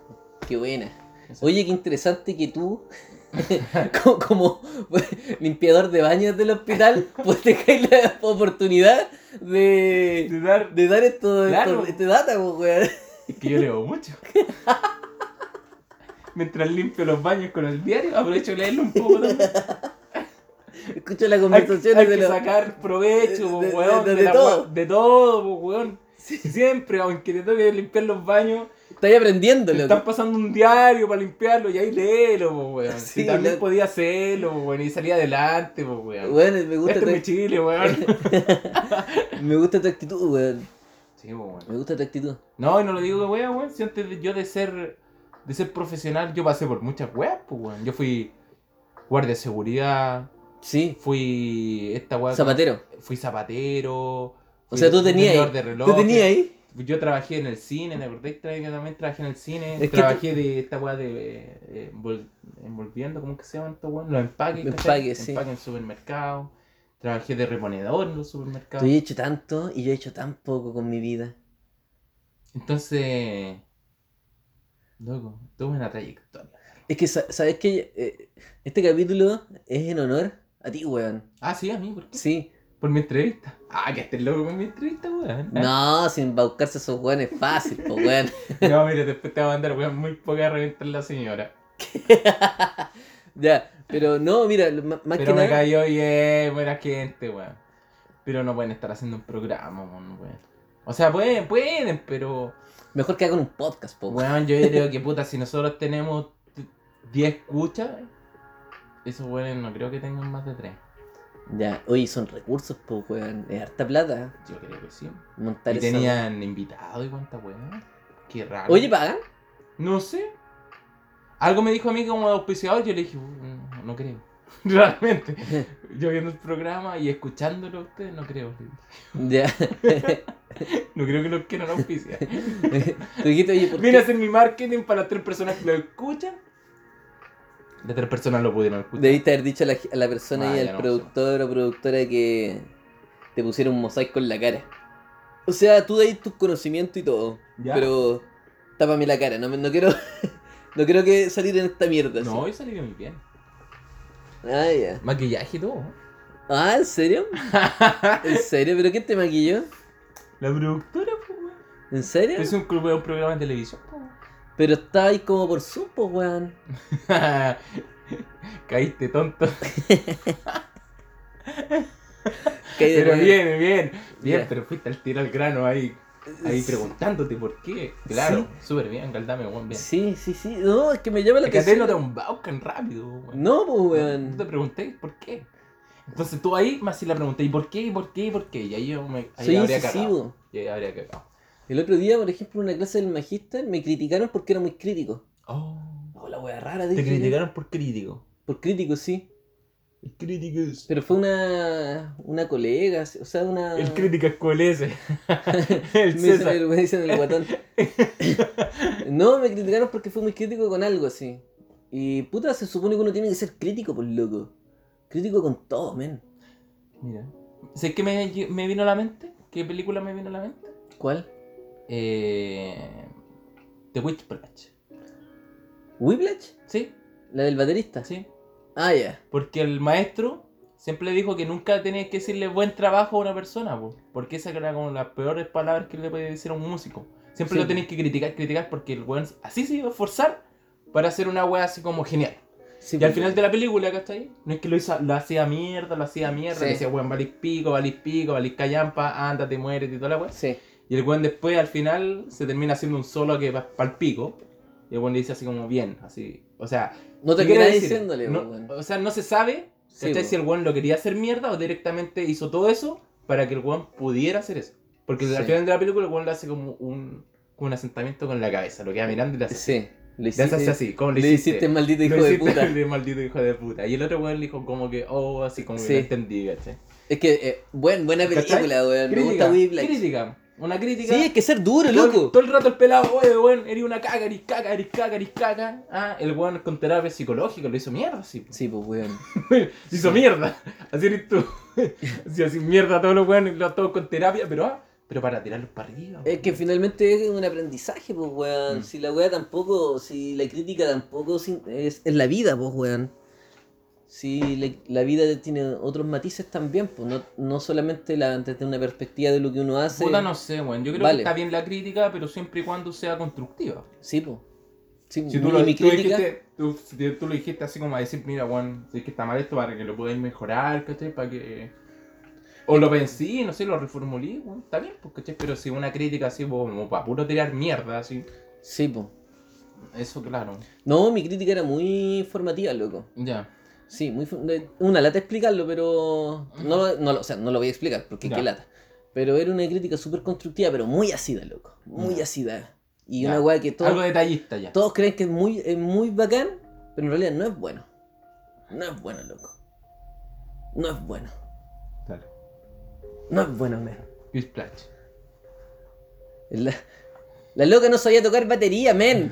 Speaker 1: Qué buena.
Speaker 2: Eso.
Speaker 1: Oye, qué interesante que tú, como, como limpiador de baños del hospital, pues tengáis la oportunidad de,
Speaker 2: De dar-
Speaker 1: de dar esto,
Speaker 2: Claro.
Speaker 1: esto- este data, pues, weón.
Speaker 2: Es que yo leo mucho. Mientras limpio los baños con el diario, aprovecho de leerlo un poco también.
Speaker 1: Escucho las
Speaker 2: Hay,
Speaker 1: conversaciones
Speaker 2: hay
Speaker 1: de
Speaker 2: que
Speaker 1: los...
Speaker 2: sacar provecho, po,
Speaker 1: de- de-
Speaker 2: weón.
Speaker 1: de-
Speaker 2: De,
Speaker 1: de
Speaker 2: la
Speaker 1: todo.
Speaker 2: gua- de todo, po, weón.
Speaker 1: Sí.
Speaker 2: Siempre, aunque te toque limpiar los baños,
Speaker 1: Estáis aprendiendo,
Speaker 2: Te
Speaker 1: loco.
Speaker 2: están pasando un diario para limpiarlo y ahí léelo, po, weón.
Speaker 1: Sí,
Speaker 2: y también
Speaker 1: la-
Speaker 2: podía hacerlo, po, weón, y salir adelante, po, weón.
Speaker 1: Weón, me gusta,
Speaker 2: este es mi
Speaker 1: tu,
Speaker 2: chile, weón.
Speaker 1: me gusta tu actitud, weón.
Speaker 2: sí, po, weón.
Speaker 1: Me gusta tu actitud.
Speaker 2: No, y no lo digo de weón, weón. Si antes de- yo de ser, de ser profesional, yo pasé por muchas weas, po, weón. Yo fui guardia de seguridad,
Speaker 1: Sí,
Speaker 2: fui esta weá.
Speaker 1: zapatero.
Speaker 2: Fui zapatero.
Speaker 1: O
Speaker 2: fui
Speaker 1: sea, tú tenías
Speaker 2: vendedor
Speaker 1: ahí-
Speaker 2: de reloj.
Speaker 1: ¿Tú tenías ahí?
Speaker 2: Yo trabajé en el cine, ¿te acordás? Tra- que También trabajé en el cine.
Speaker 1: Es que
Speaker 2: trabajé de esta weá de. eh, envol- envolviendo, ¿cómo que se llaman estos weón? Los empaques.
Speaker 1: Los
Speaker 2: ¿cachai?
Speaker 1: empaques, sí.
Speaker 2: Empaque en supermercados. Trabajé de reponedor en los supermercados.
Speaker 1: Tú he hecho tanto y yo he hecho tan poco con mi vida.
Speaker 2: Entonces. Loco, tuve una trayectoria.
Speaker 1: Es que, sa- ¿sabes qué? Eh, Este capítulo es en honor a ti, weón.
Speaker 2: Ah, sí, a mí, ¿por qué?
Speaker 1: Sí.
Speaker 2: Por mi entrevista. Ah, que estés loco con mi entrevista, weón.
Speaker 1: No, sin embaucarse a esos weones es fácil, pues weón.
Speaker 2: No, mira, después te va a mandar weón muy poca a reventar la señora.
Speaker 1: ya, pero no, mira, lo- ma- más que
Speaker 2: Pero me
Speaker 1: nada.
Speaker 2: cayó bien, buena gente, weón. Pero no pueden estar haciendo un programa, weón. weón. O sea, pueden, pueden, pero.
Speaker 1: Mejor que hagan un podcast, pues weón.
Speaker 2: Weón, yo creo que puta, si nosotros tenemos t- 10 escuchas, esos weones no creo que tengan más de 3.
Speaker 1: Ya, oye, son recursos, pues weón. Es harta plata eh,
Speaker 2: Yo creo que sí.
Speaker 1: montar
Speaker 2: y
Speaker 1: esa weá.
Speaker 2: tenían invitados y cuánta weón. Qué raro.
Speaker 1: Oye, ¿pagan?
Speaker 2: No sé. Algo me dijo a mí como auspiciador, yo le dije, "Uh, no creo. Realmente. Yo viendo el programa y escuchándolo a ustedes, no creo.
Speaker 1: ya.
Speaker 2: No creo que los quieran auspiciar.
Speaker 1: Tú dijiste, oye, ¿por
Speaker 2: Vine a
Speaker 1: qué?
Speaker 2: hacer mi marketing para las tres personas que lo escuchan. De tres personas lo pudieron escuchar.
Speaker 1: Debiste haber dicho a la, a la persona
Speaker 2: Ah,
Speaker 1: y
Speaker 2: ya
Speaker 1: al
Speaker 2: no,
Speaker 1: productor o productora que te pusiera un mosaico en la cara. O sea, tú dais tus conocimientos y todo.
Speaker 2: Ya.
Speaker 1: Pero tápame la cara, no, me- no quiero. no quiero que salir en esta mierda. así.
Speaker 2: No, yo salí muy bien.
Speaker 1: Ah, ya.
Speaker 2: Maquillaje y todo.
Speaker 1: Ah, ¿en serio? ¿En serio? ¿Pero quién te maquilló?
Speaker 2: La productora, pues, weón.
Speaker 1: ¿En serio?
Speaker 2: Es un, club- un programa de televisión, pues, weón.
Speaker 1: Pero está ahí como por Zoom, pues, weón.
Speaker 2: Caíste tonto.
Speaker 1: Que hay de
Speaker 2: Pero
Speaker 1: nuevo.
Speaker 2: bien, bien. Bien,
Speaker 1: Ya.
Speaker 2: pero fuiste al tiro al grano ahí. Ahí preguntándote por qué. Claro, súper bien, Galdame, weón, bien.
Speaker 1: Sí, sí, sí. No, es que me llama la
Speaker 2: Es que a ti
Speaker 1: atención.
Speaker 2: no te embaucan rápido, weón.
Speaker 1: No, pues,
Speaker 2: Tú te
Speaker 1: weón.
Speaker 2: pregunté por qué. Entonces tú ahí más si la pregunté, ¿y por qué? ¿Y por qué? ¿Y por qué? Y ahí yo me ahí
Speaker 1: Soy
Speaker 2: habría cagado.
Speaker 1: incisivo.
Speaker 2: Y ahí habría cagado.
Speaker 1: El otro día, por ejemplo, en una clase del magíster me criticaron porque era muy crítico.
Speaker 2: Oh.
Speaker 1: No, la wea rara,
Speaker 2: Te
Speaker 1: dije yo.
Speaker 2: criticaron por crítico.
Speaker 1: Por crítico, sí.
Speaker 2: El crítico es.
Speaker 1: Pero fue una, una colega, o sea, una...
Speaker 2: El crítico es cuál es. El
Speaker 1: Me dicen,
Speaker 2: César.
Speaker 1: el, me dicen el guatón. no, me criticaron porque fui muy crítico con algo así. Y puta, se supone que uno tiene que ser crítico, por loco. Crítico con todo, men.
Speaker 2: Mira. ¿Sabes qué me, me vino a la mente? ¿Qué película me vino a la mente?
Speaker 1: ¿Cuál?
Speaker 2: eh, The Witch Branch.
Speaker 1: ¿Whiplash?
Speaker 2: ¿Sí?
Speaker 1: ¿La del baterista?
Speaker 2: ¿Sí?
Speaker 1: Ah, ya.
Speaker 2: Porque el maestro siempre dijo que nunca tenías que decirle buen trabajo a una persona, po, porque esa era como las peores palabras que le podía decir a un músico. Siempre
Speaker 1: Sí.
Speaker 2: lo tenías que criticar, criticar, porque el weón así se iba a esforzar para hacer una wea así como genial.
Speaker 1: Sí,
Speaker 2: Y al
Speaker 1: pues,
Speaker 2: final de la película, ¿cachai? No es que lo, hizo, lo hacía mierda, lo hacía mierda,
Speaker 1: Sí.
Speaker 2: le decía, weón, valís pico, valís pico, valís callampa, ándate, muérete y toda la wea.
Speaker 1: Sí.
Speaker 2: Y el weón después, al final, se termina haciendo un solo que va pa'l pico. Y el weón le dice así como bien, así. O sea,
Speaker 1: No
Speaker 2: ¿qué quiere
Speaker 1: terminas
Speaker 2: decir?
Speaker 1: diciéndole, pues,
Speaker 2: No-
Speaker 1: weón.
Speaker 2: O sea, no se sabe
Speaker 1: Sí,
Speaker 2: ¿cachai?
Speaker 1: po.
Speaker 2: si el weón lo quería hacer mierda o directamente hizo todo eso para que el weón pudiera hacer eso. Porque
Speaker 1: Sí.
Speaker 2: al final de la película el weón le hace como un, como un asentamiento con la cabeza, lo queda mirando y le hace,
Speaker 1: pues. Sí. Lo
Speaker 2: le hace
Speaker 1: hiciste-
Speaker 2: así, como
Speaker 1: le hiciste maldito hijo de puta.
Speaker 2: maldito hijo de puta. Y el otro weón le dijo como que, oh, así como
Speaker 1: Sí.
Speaker 2: que no entendí, ¿cachai?
Speaker 1: Es que, eh, buen- buena
Speaker 2: ¿Cachai?
Speaker 1: película, weón. Me gusta Whiplash.
Speaker 2: crítica, una crítica.
Speaker 1: Sí, es que ser duro,
Speaker 2: Todo el-
Speaker 1: loco.
Speaker 2: Todo el rato el pelado, oye, weón, eres una caca, eres caca, eres caca, eres caca. Ah, el weón con terapia psicológica lo hizo mierda, sí. po.
Speaker 1: Sí, pues, weón.
Speaker 2: Se hizo
Speaker 1: Sí.
Speaker 2: mierda. Así eres tú. Así, así mierda a todos los weones, los todos con terapia, pero ah, pero para tirarlos para arriba.
Speaker 1: Es que
Speaker 2: weón.
Speaker 1: finalmente es un aprendizaje, pues, weón.
Speaker 2: Mm.
Speaker 1: Si la weá tampoco, si la crítica tampoco sin- es, es la vida, pues, weón. Si le- la vida tiene otros matices también, pues, no, no solamente la, desde una perspectiva de lo que uno hace.
Speaker 2: Puta, no sé, weón. Yo creo
Speaker 1: Vale.
Speaker 2: que está bien la crítica, pero siempre y cuando sea constructiva.
Speaker 1: Sí, pues. Sí,
Speaker 2: Si
Speaker 1: mi-
Speaker 2: tú lo,
Speaker 1: mi
Speaker 2: tú
Speaker 1: crítica.
Speaker 2: dijiste, tú, si tú lo dijiste así como a decir, mira, weón, si es que está mal esto para que lo podáis mejorar, ¿cachai? Para que. O lo vencí, no sé, lo reformulé, weón, está bien, pues, ¿cachai? Pero si una crítica así, po, como para puro tirar mierda, así.
Speaker 1: Sí, pues.
Speaker 2: Eso, claro.
Speaker 1: No, mi crítica era muy informativa, loco.
Speaker 2: Ya.
Speaker 1: Sí, muy fu- de- una lata explicarlo, pero no, lo- no, lo- o sea, no lo voy a explicar porque
Speaker 2: Ya.
Speaker 1: qué lata. Pero era una crítica súper constructiva, pero muy ácida, loco. Muy
Speaker 2: Ya.
Speaker 1: ácida. Y
Speaker 2: Ya.
Speaker 1: una weá que todos,
Speaker 2: Algo detallista ya.
Speaker 1: todos creen que es muy, es muy bacán, pero en realidad no es bueno. No es bueno, loco. No es bueno.
Speaker 2: Dale.
Speaker 1: No es bueno, man.
Speaker 2: Chris Platch.
Speaker 1: La, la loca no sabía tocar batería, men.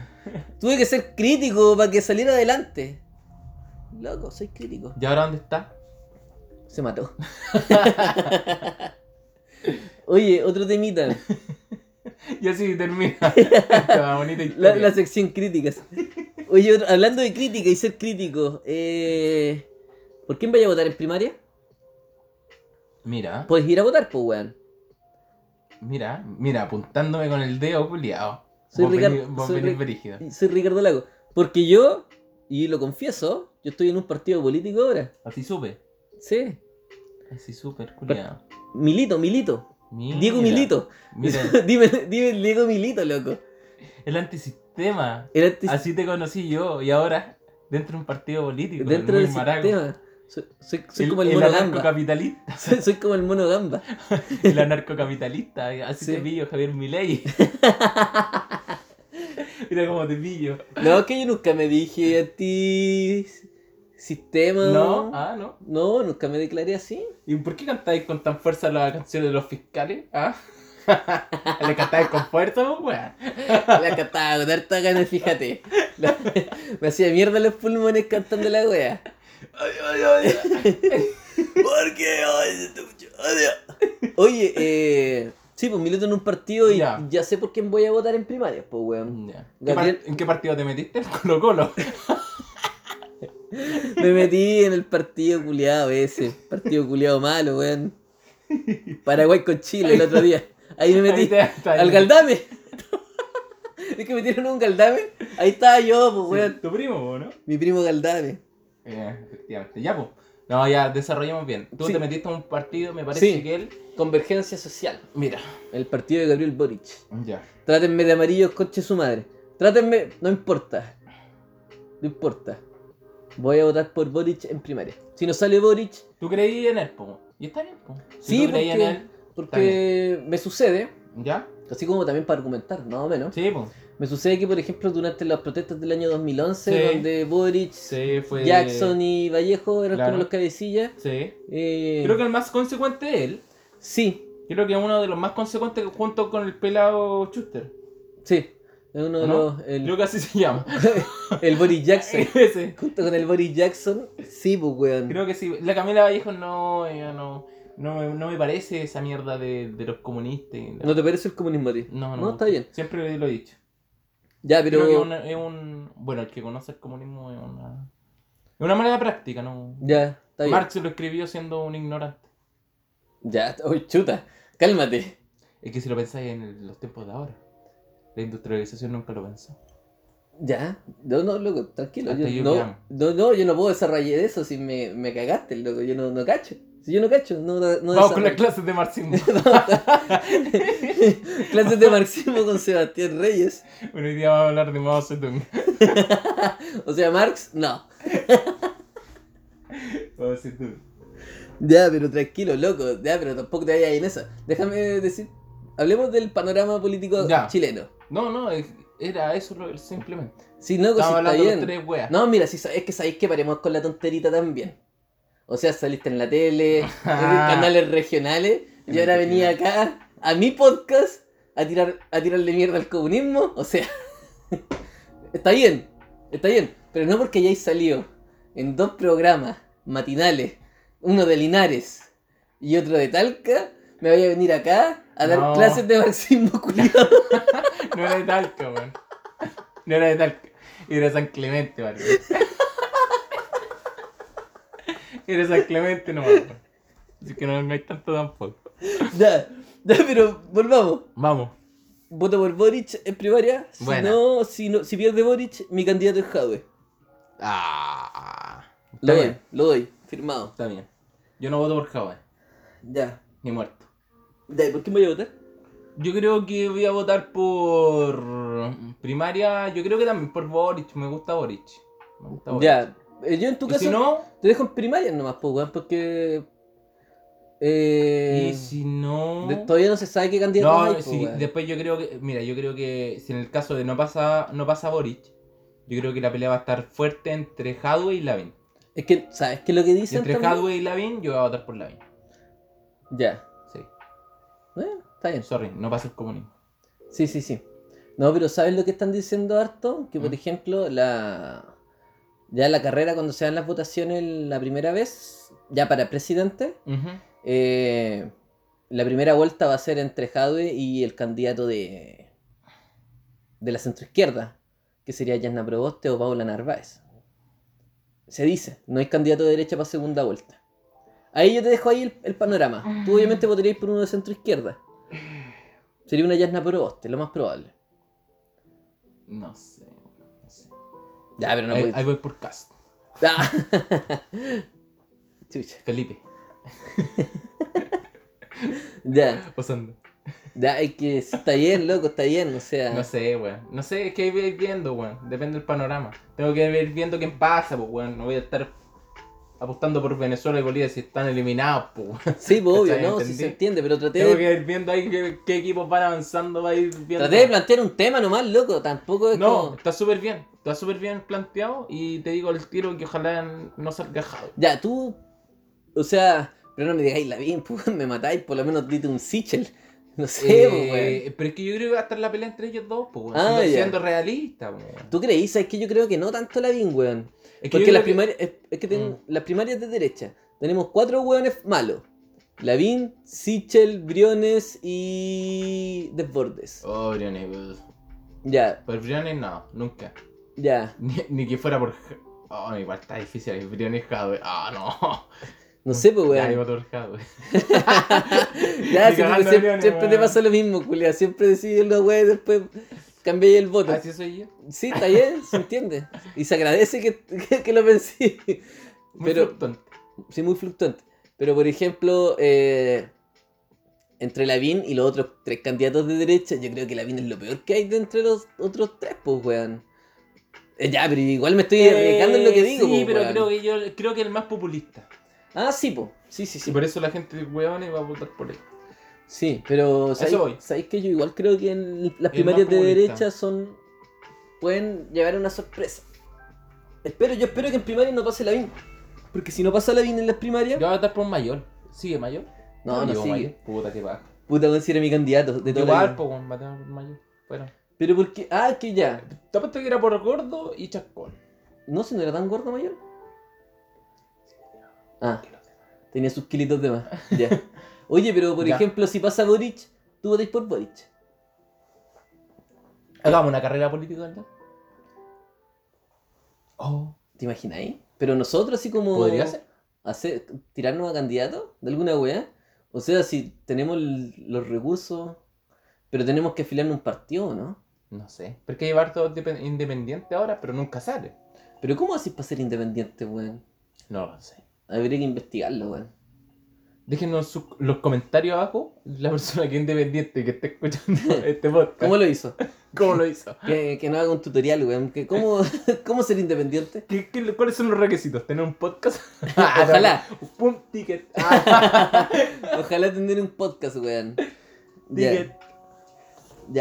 Speaker 1: Tuve que ser crítico para que saliera adelante. Loco, soy crítico.
Speaker 2: ¿Y ahora dónde está?
Speaker 1: Se mató. Oye, otro temita.
Speaker 2: Y así termina. Esta bonita
Speaker 1: La,
Speaker 2: historia.
Speaker 1: la sección críticas. Oye, otro- hablando de crítica y ser crítico, eh, ¿por quién vaya a votar en primaria?
Speaker 2: Mira,
Speaker 1: Puedes ir a votar, pues, weón.
Speaker 2: mira, mira, apuntándome con el dedo culiado.
Speaker 1: Soy
Speaker 2: vos
Speaker 1: Ricardo-
Speaker 2: venís- vos
Speaker 1: soy
Speaker 2: venís
Speaker 1: Ri-
Speaker 2: brígido.
Speaker 1: Soy Ricardo Lago. Porque yo, y lo confieso, yo estoy en un partido político ahora.
Speaker 2: Así supe.
Speaker 1: Sí.
Speaker 2: Así súper culiado.
Speaker 1: Milito, Milito. Diego Milito.
Speaker 2: Mira,
Speaker 1: dime, dime el Diego Milito, loco.
Speaker 2: el antisistema.
Speaker 1: Era anti-
Speaker 2: Así te conocí yo y ahora dentro de un partido político.
Speaker 1: dentro
Speaker 2: muy
Speaker 1: del
Speaker 2: maraco.
Speaker 1: sistema. Soy, soy- soy
Speaker 2: el,
Speaker 1: como el,
Speaker 2: el
Speaker 1: mono gamba.
Speaker 2: anarcocapitalista.
Speaker 1: Soy, soy como el mono gamba.
Speaker 2: El anarcocapitalista. Así
Speaker 1: Sí.
Speaker 2: te pillo, Javier Milei. mira cómo te pillo.
Speaker 1: No, es que yo nunca me dije a ti sistema.
Speaker 2: No, ah, no.
Speaker 1: No, nunca me declaré así.
Speaker 2: ¿Y por qué cantáis con tan fuerza la canción de los fiscales? ¿Ah? ¿Le cantáis con fuerza, pues, weón?
Speaker 1: La cantaba con harta ganas, fíjate. La- me hacía mierda los pulmones cantando la wea.
Speaker 2: Ay, ay, ay.
Speaker 1: Porque
Speaker 2: este
Speaker 1: Oye, eh, sí, pues Milito en un partido y
Speaker 2: Ya.
Speaker 1: ya sé por quién voy a votar en primarias, pues weón.
Speaker 2: Ya. ¿Qué par-
Speaker 1: Gabriel-
Speaker 2: ¿En qué partido te metiste? Colo Colo.
Speaker 1: Me metí en el partido culiado ese, partido culiado malo, weón. Paraguay con Chile el otro día. Ahí me metí. Al Galdame. es que metieron un Galdame. Ahí estaba yo, pues, weón.
Speaker 2: Tu primo, po, ¿no?
Speaker 1: Mi primo Galdame.
Speaker 2: Eh, efectivamente. Ya, pues. No, ya, desarrollamos bien. Tú
Speaker 1: Sí.
Speaker 2: te metiste en un partido, me parece
Speaker 1: Sí.
Speaker 2: que él.
Speaker 1: Convergencia social.
Speaker 2: Mira.
Speaker 1: El partido de Gabriel Boric.
Speaker 2: Ya.
Speaker 1: Trátenme de amarillo, coche su madre. Trátenme. No importa. No importa. Voy a votar por Boric en primaria. Si no sale Boric,
Speaker 2: ¿Tú creí en él, po? Y está bien, po. Si
Speaker 1: Sí,
Speaker 2: tú creí
Speaker 1: porque-
Speaker 2: en él.
Speaker 1: porque me sucede,
Speaker 2: ¿Ya?
Speaker 1: así como también para argumentar, más o menos.
Speaker 2: Sí, pues.
Speaker 1: Me sucede que, por ejemplo, durante las protestas del año 2011,
Speaker 2: Sí.
Speaker 1: donde Boric,
Speaker 2: Sí, fue.
Speaker 1: Jackson y Vallejo eran
Speaker 2: Claro.
Speaker 1: como los cabecillas.
Speaker 2: Sí.
Speaker 1: eh,
Speaker 2: Creo que el más consecuente es él.
Speaker 1: Sí,
Speaker 2: Creo que es uno de los más consecuentes junto con el pelado Schuster.
Speaker 1: Sí, es uno de
Speaker 2: ¿No?
Speaker 1: los. El,
Speaker 2: Creo que así se llama.
Speaker 1: el Boris Jackson.
Speaker 2: Ese.
Speaker 1: Junto con el Boris Jackson, sí, pues, weón.
Speaker 2: Creo que sí. La Camila Vallejo no, ella no. No, me- no me parece esa mierda de, de los comunistas. y la-
Speaker 1: ¿No te parece el comunismo a ti?
Speaker 2: no, no,
Speaker 1: No, está bien.
Speaker 2: Siempre lo he dicho.
Speaker 1: Ya, pero.
Speaker 2: Mm. Creo que es, una- es un. Bueno, el que conoce el comunismo es una. Es una mala práctica, ¿no?
Speaker 1: Ya, está bien.
Speaker 2: Marx lo escribió siendo un ignorante.
Speaker 1: Ya, uy, chuta. Cálmate.
Speaker 2: Es que si lo pensáis en el- los tiempos de ahora. La industrialización nunca lo pensó.
Speaker 1: Ya, no, no, loco, tranquilo.
Speaker 2: Hasta
Speaker 1: Yo,
Speaker 2: yo
Speaker 1: no,
Speaker 2: llamo.
Speaker 1: no, no, yo no puedo desarrollar eso si me, me cagaste, loco. Yo no, no cacho. Si yo no cacho, no, no
Speaker 2: Vamos con
Speaker 1: desarrollo.
Speaker 2: las clases de marxismo.
Speaker 1: Clases de marxismo con Sebastián Reyes.
Speaker 2: bueno, hoy día vamos a hablar de Mao Zedong.
Speaker 1: O sea, Marx, no.
Speaker 2: Mao Zedong.
Speaker 1: Ya, pero tranquilo, loco. Ya, pero tampoco te vayas en eso. Déjame decir, hablemos del panorama político
Speaker 2: Ya.
Speaker 1: chileno.
Speaker 2: No, no, es- era eso lo- simplemente.
Speaker 1: Si no, pues, si
Speaker 2: Estamos
Speaker 1: está
Speaker 2: hablando de
Speaker 1: bien.
Speaker 2: los tres weas.
Speaker 1: No, mira, si sa- es que sabéis que paremos con la tonterita también. O sea, saliste en la tele, en canales regionales, y
Speaker 2: En
Speaker 1: ahora
Speaker 2: el
Speaker 1: venía acá a mi podcast a tirar a tirarle mierda al comunismo. O sea, está bien, está bien, pero no porque hayáis salido en dos programas matinales, uno de Linares y otro de Talca, me vaya a venir acá a dar
Speaker 2: No.
Speaker 1: clases de marxismo culiado.
Speaker 2: No era de Talca, weón. No era de Talca. Era San Clemente, weón. Era San Clemente nomás, weón. Así que no vengáis tanto tampoco.
Speaker 1: ya, ya, pero volvamos.
Speaker 2: Vamos.
Speaker 1: Voto por Boric en primaria. Si
Speaker 2: Buena.
Speaker 1: no, si no, si pierde Boric, mi candidato es Jadwe.
Speaker 2: Ah. Está
Speaker 1: Lo doy,
Speaker 2: bien.
Speaker 1: lo doy, firmado.
Speaker 2: Está bien. Yo no voto por Java,
Speaker 1: Ya.
Speaker 2: ni muerto.
Speaker 1: Ya, ¿y ¿por quién voy a votar?
Speaker 2: Yo creo que voy a votar por primaria. Yo creo que también por Boric. Me gusta Boric. Me gusta Boric.
Speaker 1: Ya. Eh, yo en tu
Speaker 2: Y
Speaker 1: caso
Speaker 2: si no,
Speaker 1: te dejo en primaria nomás, pues, weón, porque. Eh,
Speaker 2: y si no.
Speaker 1: de- todavía no se sabe qué candidato
Speaker 2: No,
Speaker 1: hay, po,
Speaker 2: si
Speaker 1: weón.
Speaker 2: después yo creo que, mira, yo creo que si en el caso de no pasa, no pasa Boric, yo creo que la pelea va a estar fuerte entre Hadwe y Lavin.
Speaker 1: Es que, ¿sabes qué es lo que
Speaker 2: Y
Speaker 1: dicen?
Speaker 2: entre
Speaker 1: también?
Speaker 2: Hadwe y Lavin, yo voy a votar por Lavin.
Speaker 1: Ya.
Speaker 2: Sí.
Speaker 1: Eh, está bien.
Speaker 2: Sorry, no pasa el comunismo.
Speaker 1: Sí, sí, sí. No, pero ¿sabes lo que están diciendo harto? Que por
Speaker 2: ¿Mm?
Speaker 1: ejemplo, la ya la carrera cuando se dan las votaciones la primera vez, ya para presidente,
Speaker 2: Ujú.
Speaker 1: eh, la primera vuelta va a ser entre Jadwe y el candidato de de la centroizquierda, que sería Yasna Proboste o Paula Narváez. Se dice, no hay candidato de derecha para segunda vuelta. Ahí yo te dejo ahí el, el panorama. Tú obviamente votarías por uno de centroizquierda. Sería una Yasna Proboste, lo más probable.
Speaker 2: No sé. no sé.
Speaker 1: Ya, pero no
Speaker 2: ahí,
Speaker 1: podéis-
Speaker 2: ahí voy por Cast.
Speaker 1: Ah. Chucha.
Speaker 2: Felipe.
Speaker 1: Ya,
Speaker 2: Osando.
Speaker 1: ya, es que está bien, loco, está bien, o sea.
Speaker 2: No sé, weón. No sé, es que ahí voy a ir viendo, weón. Depende del panorama. Tengo que ir viendo quién pasa, pues, weón. No voy a estar apostando por Venezuela y Bolivia si están eliminados, pues, weón.
Speaker 1: Sí, pues, obvio,
Speaker 2: ¿Cachai?
Speaker 1: ¿no? Si
Speaker 2: Entendí.
Speaker 1: se entiende, pero traté
Speaker 2: Tengo
Speaker 1: de,
Speaker 2: que ir viendo ahí qué, qué equipos van avanzando, va a ir viendo.
Speaker 1: traté de plantear un tema nomás, loco, tampoco es
Speaker 2: no,
Speaker 1: como.
Speaker 2: está súper bien, está súper bien planteado y te digo al tiro que ojalá no salga Jado.
Speaker 1: Ya, tú. O sea, pero no me digáis la bien, pues, me matáis, por lo menos dite un Sichel. No sé,
Speaker 2: Eh,
Speaker 1: pues, weón.
Speaker 2: pero es que yo creo que va a estar la pelea entre ellos dos, pues, weón,
Speaker 1: Ah,
Speaker 2: siendo,
Speaker 1: ya.
Speaker 2: siendo realista. pues, weón.
Speaker 1: ¿Tú creís? ¿Sabes que yo creo que no tanto la bien, weón?
Speaker 2: Es que yo
Speaker 1: Porque las
Speaker 2: creo que- Mm.
Speaker 1: primarias. Es, es que tengo- las primarias de derecha. Tenemos cuatro hueones malos. Lavín, Sichel, Briones y. Desbordes.
Speaker 2: Oh, Briones, weón.
Speaker 1: Ya,
Speaker 2: Por Briones no, nunca.
Speaker 1: ya.
Speaker 2: Ni, ni que fuera por. Ja- Oh, igual está difícil, ahí, Briones Jado. Ah, no.
Speaker 1: No sé, pues,
Speaker 2: Ya,
Speaker 1: weón.
Speaker 2: yo voto por Jado.
Speaker 1: Ya,
Speaker 2: Ni
Speaker 1: siempre-
Speaker 2: cagando
Speaker 1: siempre,
Speaker 2: Briones,
Speaker 1: siempre te
Speaker 2: weón.
Speaker 1: pasa lo mismo, culia. Siempre decides los weones y después cambiáis el voto.
Speaker 2: Así soy yo.
Speaker 1: Sí, está bien, se entiende. Y se agradece que, que, que lo pensé.
Speaker 2: Muy
Speaker 1: Pero-
Speaker 2: fluctuante.
Speaker 1: Sí, muy fluctuante. Pero por ejemplo, eh, entre Lavín y los otros tres candidatos de derecha, yo creo que Lavín es lo peor que hay de entre los otros tres, pues, weón. Eh, ya, pero igual me estoy arriesgando en lo que
Speaker 2: Eh,
Speaker 1: digo,
Speaker 2: Sí,
Speaker 1: pues,
Speaker 2: pero
Speaker 1: weón.
Speaker 2: creo que yo creo que el más populista.
Speaker 1: Ah, sí, pues. Sí, sí,
Speaker 2: Y
Speaker 1: sí.
Speaker 2: por eso la gente de hueones va a votar por él.
Speaker 1: Sí, pero
Speaker 2: eso
Speaker 1: ¿sabéis,
Speaker 2: voy.
Speaker 1: sabéis que yo igual creo que en las
Speaker 2: más
Speaker 1: primarias de
Speaker 2: populista.
Speaker 1: derecha son... pueden llevar a una sorpresa. Espero, yo espero que en primarias no pase Lavín. Porque si no pasa Lavín en las primarias...
Speaker 2: Yo voy a votar por mayor. ¿Sigue mayor?
Speaker 1: no, no,
Speaker 2: digo
Speaker 1: sigue.
Speaker 2: mayor. Puta que baja.
Speaker 1: Puta, weón, si era mi candidato. De toda la vida.
Speaker 2: Igual, pues, weón, votar por mayor. Bueno.
Speaker 1: Pero porque. Ah, que ya.
Speaker 2: Te apuesto que era por gordo y chascón.
Speaker 1: No, si no era tan gordo mayor. Ah, Tenía sus kilitos de más. Ya. Oye, pero por
Speaker 2: Ya.
Speaker 1: ejemplo, si pasa Boric, tú votáis por Boric.
Speaker 2: Hagamos una carrera política, ¿verdad? Oh,
Speaker 1: ¿Te imagináis? Pero nosotros así como...
Speaker 2: ¿podría ser?
Speaker 1: hacer- tirarnos a candidato de alguna weá. O sea, si tenemos l- los recursos, pero tenemos que afilar un partido, ¿no?
Speaker 2: No sé. Porque hay harto depen- independiente ahora, pero nunca sale.
Speaker 1: Pero ¿cómo haces para ser independiente, weón?
Speaker 2: No lo sé.
Speaker 1: Habría que investigarlo, weón.
Speaker 2: Déjenos sus- los comentarios abajo. La persona que es independiente que esté escuchando este podcast.
Speaker 1: ¿Cómo
Speaker 2: ¿Cómo,
Speaker 1: lo hizo?
Speaker 2: lo hizo?
Speaker 1: Que, que no haga un tutorial, weón. Que cómo, ¿Cómo ser independiente?
Speaker 2: ¿Qué- qué- cuáles son los requisitos? ¿Tener un podcast? Ah,
Speaker 1: Ojalá.
Speaker 2: Un ticket. Ah,
Speaker 1: Ojalá tener un podcast, weón.
Speaker 2: ticket.
Speaker 1: Ya,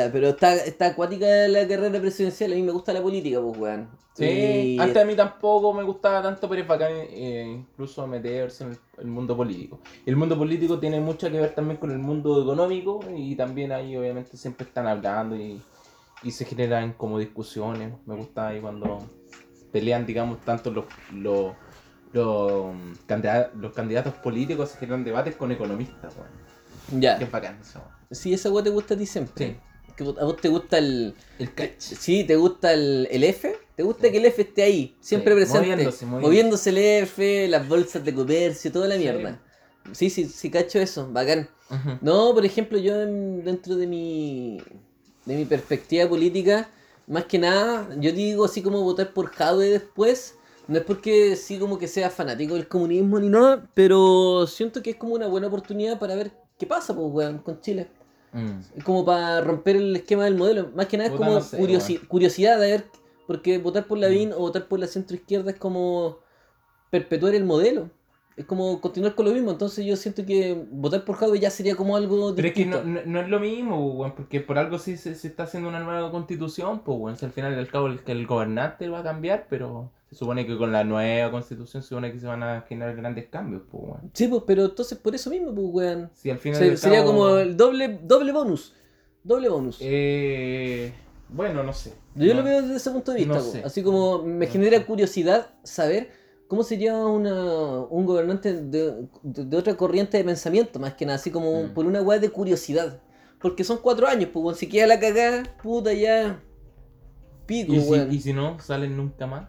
Speaker 1: ya, pero está, está acuática la carrera presidencial. A mí me gusta la política, pues, weón.
Speaker 2: Sí,
Speaker 1: Y-
Speaker 2: antes a mí tampoco me gustaba tanto, pero es bacán eh, incluso meterse en el, el mundo político. El mundo político tiene mucho que ver también con el mundo económico y también ahí obviamente siempre están hablando y, y se generan como discusiones. Me gusta ahí cuando pelean, digamos, tanto los, los, los, candida- los candidatos políticos, se generan debates con economistas. weón.
Speaker 1: Ya.
Speaker 2: Qué bacán eso.
Speaker 1: Si esa weá te gusta a ti siempre. Que vos- a vos te gusta el...
Speaker 2: El catch.
Speaker 1: Sí, ¿te gusta el, el F? ¿Te gusta que el F esté ahí? Siempre
Speaker 2: Sí,
Speaker 1: presente.
Speaker 2: moviéndose, moviéndose.
Speaker 1: Moviéndose el F, las bolsas de comercio, toda la mierda. Sí, sí, sí, cacho eso, bacán.
Speaker 2: Ujú.
Speaker 1: No, por ejemplo, yo en- dentro de mi, de mi perspectiva política, más que nada, yo digo así como votar por Jadwe después. No es porque sí como que sea fanático del comunismo ni nada, pero siento que es como una buena oportunidad para ver qué pasa, pues, weón, con Chile.
Speaker 2: Mm.
Speaker 1: Es como para romper el esquema del modelo. Más que nada es
Speaker 2: Puta,
Speaker 1: como
Speaker 2: no sé,
Speaker 1: curiosi- curiosidad de ver. Porque votar por la
Speaker 2: Mm.
Speaker 1: BIN o votar por la centroizquierda es como perpetuar el modelo. Es como continuar con lo mismo. Entonces yo siento que votar por Jadwe ya sería como algo
Speaker 2: Pero es que
Speaker 1: distinto.
Speaker 2: no, no, no es lo mismo, pues, weón, porque por algo sí se, se está haciendo una nueva constitución, pues, weón. Si al final y al cabo el, que el gobernante va a cambiar, pero se supone que con la nueva constitución se supone que se van a generar grandes cambios, pues, weón.
Speaker 1: Sí, pues, pero entonces por eso mismo, pues, weón.
Speaker 2: Si al final.
Speaker 1: Se-
Speaker 2: y al
Speaker 1: sería
Speaker 2: cabo,
Speaker 1: como el doble, doble bonus. Doble bonus.
Speaker 2: eh, bueno, no sé.
Speaker 1: Yo
Speaker 2: No.
Speaker 1: lo veo desde ese punto de vista.
Speaker 2: no
Speaker 1: po.
Speaker 2: sé.
Speaker 1: Así como me
Speaker 2: No
Speaker 1: genera
Speaker 2: sé.
Speaker 1: curiosidad saber cómo sería una, un gobernante de, de- de otra corriente de pensamiento, más que nada, así como
Speaker 2: Mm.
Speaker 1: por una weá de curiosidad. Porque son cuatro años, pues weón, si queda la cagada, puta ya. Pico,
Speaker 2: ¿Y si,
Speaker 1: weón.
Speaker 2: y si no, salen nunca más.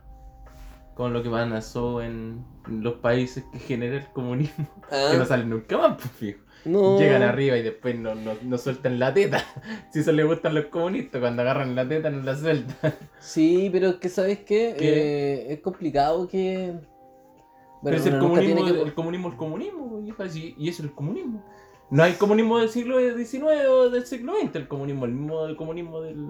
Speaker 2: Con lo que van a hacer en los países que genera el comunismo.
Speaker 1: Ah,
Speaker 2: Que no salen nunca más, pues, fijo.
Speaker 1: no.
Speaker 2: Llegan arriba y después no, no, no sueltan la teta. Si eso les gustan los comunistas, cuando agarran la teta no la sueltan.
Speaker 1: Sí, pero es que sabes qué?
Speaker 2: ¿Qué?
Speaker 1: Eh, es complicado que.
Speaker 2: Pero es
Speaker 1: uno
Speaker 2: el
Speaker 1: nunca tiene
Speaker 2: comunismo,
Speaker 1: que-
Speaker 2: el comunismo, el comunismo, pues, vieja, sí, y eso es el comunismo. No hay comunismo del siglo XIX o del siglo XX, el comunismo, el mismo del comunismo del,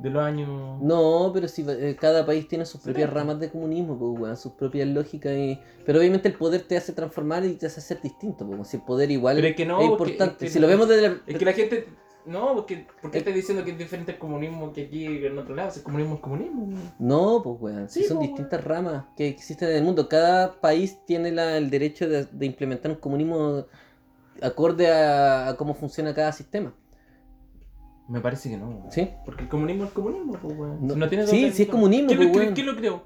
Speaker 2: de los años...
Speaker 1: No, pero si eh, cada país tiene sus propias
Speaker 2: Sí.
Speaker 1: ramas de comunismo, pues, weón, sus propias lógicas. y- Pero obviamente el poder te hace transformar y te hace hacer distinto, pues, si el poder igual
Speaker 2: Pero es que no,
Speaker 1: es
Speaker 2: porque- este
Speaker 1: importante.
Speaker 2: es que
Speaker 1: si lo
Speaker 2: no-
Speaker 1: vemos desde la...
Speaker 2: Es que la gente... No, porque, porque
Speaker 1: Eh.
Speaker 2: estás diciendo que es diferente el comunismo que aquí en otro lado. Si el comunismo es comunismo. ¿no?
Speaker 1: No, pues, weón, si
Speaker 2: Sí,
Speaker 1: son
Speaker 2: pues,
Speaker 1: distintas ramas que existen en el mundo. Cada país tiene la- el derecho de, de implementar un comunismo acorde a, a cómo funciona cada sistema,
Speaker 2: Me parece que no.
Speaker 1: ¿sí?
Speaker 2: Porque el comunismo es comunismo, pues, weón.
Speaker 1: No-
Speaker 2: No, tiene
Speaker 1: sí,
Speaker 2: doble-
Speaker 1: sí es comunismo,
Speaker 2: ¿Quién
Speaker 1: pues,
Speaker 2: lo,
Speaker 1: weón.
Speaker 2: cree- quién lo creó?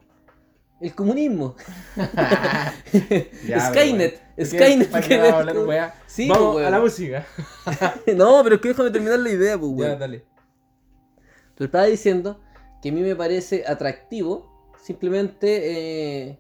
Speaker 1: El comunismo. Skynet,
Speaker 2: Ya, pero, weón.
Speaker 1: Skynet.
Speaker 2: ¿Para
Speaker 1: que-
Speaker 2: qué vamos a hablar, weá?
Speaker 1: Sí,
Speaker 2: Vamos
Speaker 1: pues,
Speaker 2: a la
Speaker 1: weón.
Speaker 2: música.
Speaker 1: No, pero es que déjame terminar la idea, pues, weón.
Speaker 2: Ya, dale.
Speaker 1: Te estaba diciendo que a mí me parece atractivo simplemente eh,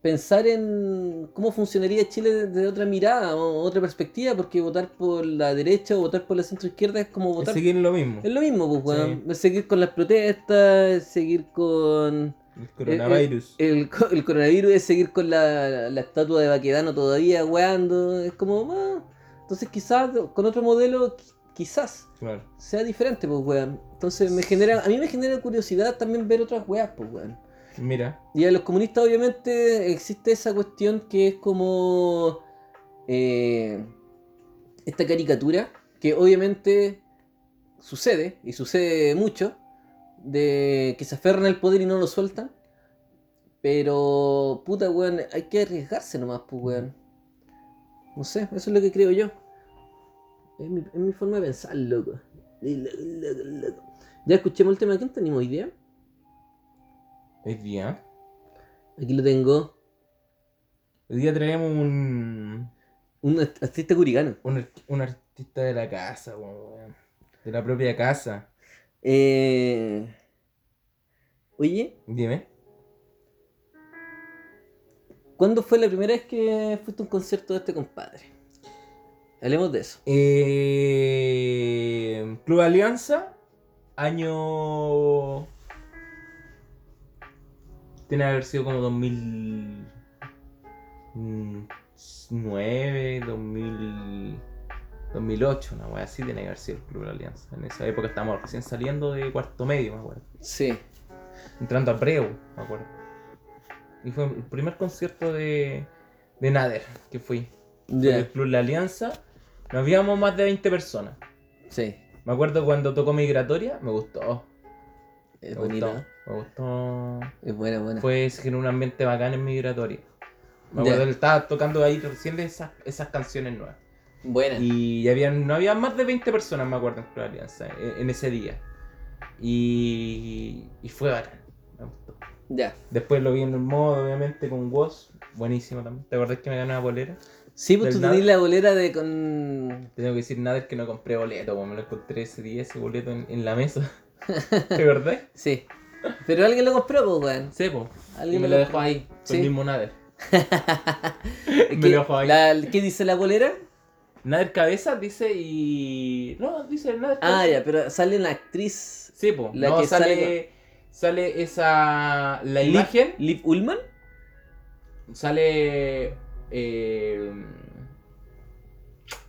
Speaker 1: pensar en cómo funcionaría Chile desde otra mirada o otra perspectiva, porque votar por la derecha o votar por la centro izquierda es como votar.
Speaker 2: Seguir lo mismo.
Speaker 1: Es lo mismo, pues, weón.
Speaker 2: Sí.
Speaker 1: Es Seguir con las protestas, es seguir con.
Speaker 2: El
Speaker 1: coronavirus. El, co- el coronavirus es seguir con la, la estatua de Baquedano todavía weando. Es como, ah, Entonces, quizás con otro modelo, qui- quizás
Speaker 2: Claro.
Speaker 1: sea diferente, pues, weón. Entonces, me genera, a mí me genera curiosidad también ver otras weas, pues, weón.
Speaker 2: Mira.
Speaker 1: Y a los comunistas, obviamente, existe esa cuestión que es como. eh, esta caricatura, que obviamente sucede, y sucede mucho, de que se aferran al poder y no lo sueltan. Pero, puta, weón, hay que arriesgarse nomás, pues, weón. No sé, eso es lo que creo yo. Es mi, es mi forma de pensar, loco. Loco, loco, loco. Ya escuchemos el tema. ¿Quién tenemos hoy día?
Speaker 2: Hoy día.
Speaker 1: Aquí lo tengo.
Speaker 2: Hoy día traemos un.
Speaker 1: Un art- artista curicano.
Speaker 2: Un, arti- un artista de la casa, weón. De la propia casa.
Speaker 1: Eh, Oye,
Speaker 2: Dime.
Speaker 1: ¿cuándo fue la primera vez que fuiste a un concierto de este compadre? Hablemos de eso.
Speaker 2: Eh, Club Alianza, año. Tiene que haber sido como 2009, 2000, 2008, una wea así. Tiene que haber sido el Club Alianza. En esa época estábamos recién saliendo de cuarto medio, me acuerdo.
Speaker 1: Sí.
Speaker 2: Entrando a Breu, me acuerdo. Y fue el primer concierto de, de Nader que fui. En el
Speaker 1: Ya.
Speaker 2: Club La Alianza, nos veíamos más de 20 personas.
Speaker 1: Sí.
Speaker 2: Me acuerdo cuando tocó Migratoria, me gustó.
Speaker 1: Es
Speaker 2: me
Speaker 1: bonita.
Speaker 2: gustó. Me gustó.
Speaker 1: Es buena, buena.
Speaker 2: Fue se generó un ambiente bacán en Migratoria. Me
Speaker 1: Ya.
Speaker 2: acuerdo que estaba tocando ahí recién de esas, esas canciones nuevas.
Speaker 1: Buena.
Speaker 2: Y había, no había más de 20 personas, me acuerdo, en Club Alianza, e, en, en ese día. Y, y fue bacán. Me gustó.
Speaker 1: Ya.
Speaker 2: Después lo vi en el modo, obviamente, con Woz. Buenísimo también. ¿Te acordás que me gané una bolera?
Speaker 1: Sí, pues
Speaker 2: Del
Speaker 1: tú
Speaker 2: nada.
Speaker 1: tenés la bolera de con.
Speaker 2: Te tengo que decir nada, es que no compré boleto, po, me lo encontré ese día, ese boleto en, en la mesa. ¿De verdad?
Speaker 1: Sí. Pero alguien lo compró, pues, weón.
Speaker 2: Sí, po. Y
Speaker 1: Alguien
Speaker 2: me lo dejó
Speaker 1: compró.
Speaker 2: ahí, fue
Speaker 1: Sí.
Speaker 2: el mismo Nader.
Speaker 1: ¿Qué,
Speaker 2: me lo dejó ahí.
Speaker 1: la- ¿Qué dice la bolera?
Speaker 2: Nader Cabeza dice y. No, dice Nader
Speaker 1: Ah,
Speaker 2: Cabeza.
Speaker 1: ya, pero sale la actriz.
Speaker 2: Sí, po.
Speaker 1: La
Speaker 2: no,
Speaker 1: que
Speaker 2: sale,
Speaker 1: sale
Speaker 2: sale, esa. La
Speaker 1: Liv-
Speaker 2: imagen.
Speaker 1: Liv Ullman.
Speaker 2: Sale. Eh,